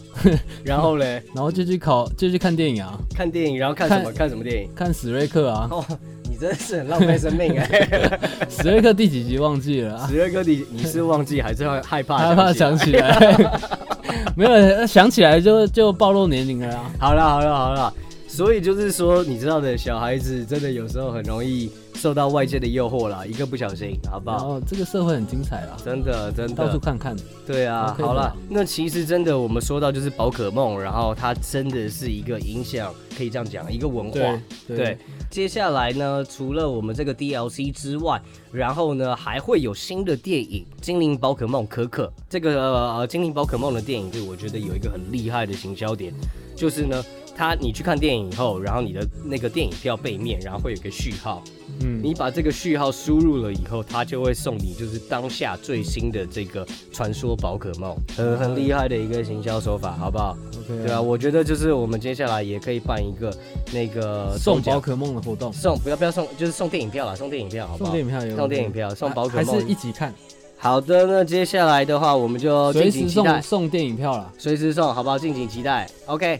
[SPEAKER 1] 然后嘞，
[SPEAKER 2] 然后就去考就去看电影啊，
[SPEAKER 1] 看电影，然后看什么看什么电影？
[SPEAKER 2] 看史瑞克啊，
[SPEAKER 1] 哦，你真的是很浪费生命哎！
[SPEAKER 2] 史瑞克第几集忘记了 啊，
[SPEAKER 1] 十二哥，你你是忘记还是会害怕？
[SPEAKER 2] 害怕想。起
[SPEAKER 1] 啊
[SPEAKER 2] 来， 没有想起来就就暴露年龄了啊，
[SPEAKER 1] 好了好了好了，所以就是说，你知道的，小孩子真的有时候很容易受到外界的诱惑啦，一个不小心，好不
[SPEAKER 2] 然
[SPEAKER 1] 好？
[SPEAKER 2] 后这个社会很精彩啦，啊
[SPEAKER 1] 真的真
[SPEAKER 2] 到处
[SPEAKER 1] 的，
[SPEAKER 2] 看看，
[SPEAKER 1] 对啊，
[SPEAKER 2] OK 的
[SPEAKER 1] 好了，那其实真的，我们说到就是宝可梦，然后它真的是一个影响，可以这样讲，一个文化。对，接下来呢，除了我们这个 DLC 之外，然后呢还会有新的电影《精灵宝可梦可可》。这个呃，《精灵宝可梦》的电影，对我觉得有一个很厉害的行销点，就是呢，它你去看电影以后，然后你的那个电影票背面，然后会有一个序号，
[SPEAKER 2] 嗯，
[SPEAKER 1] 你把这个序号输入了以后，它就会送你就是当下最新的这个传说宝可梦，很很厉害的一个行销手法，好不好？
[SPEAKER 2] OK
[SPEAKER 1] 对啊，我觉得就是我们接下来也可以办一个那个
[SPEAKER 2] 送
[SPEAKER 1] 抽奖
[SPEAKER 2] 宝可梦的活动，
[SPEAKER 1] 送不要不要送，就是送电影票啦，送电影票好不
[SPEAKER 2] 送
[SPEAKER 1] 好？
[SPEAKER 2] 电影票也有，
[SPEAKER 1] 送电影票，送宝可
[SPEAKER 2] 还是一
[SPEAKER 1] 梦。
[SPEAKER 2] 起看，
[SPEAKER 1] 好的，那接下来的话，我们就
[SPEAKER 2] 随
[SPEAKER 1] 敬请
[SPEAKER 2] 时
[SPEAKER 1] 期待
[SPEAKER 2] 送，送电影票啦。
[SPEAKER 1] 随时送，好不好？敬请期待。OK。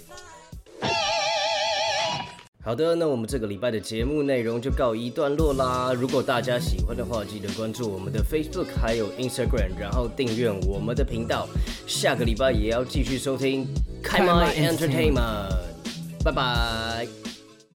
[SPEAKER 1] 好的，那我们这个礼拜的节目内容就告一段落啦。如果大家喜欢的话，记得关注我们的 Facebook 还有 Instagram，然后订阅我们的频道。下个礼拜也要继续收听开
[SPEAKER 2] 麦
[SPEAKER 1] 麦 Entertainment，拜拜。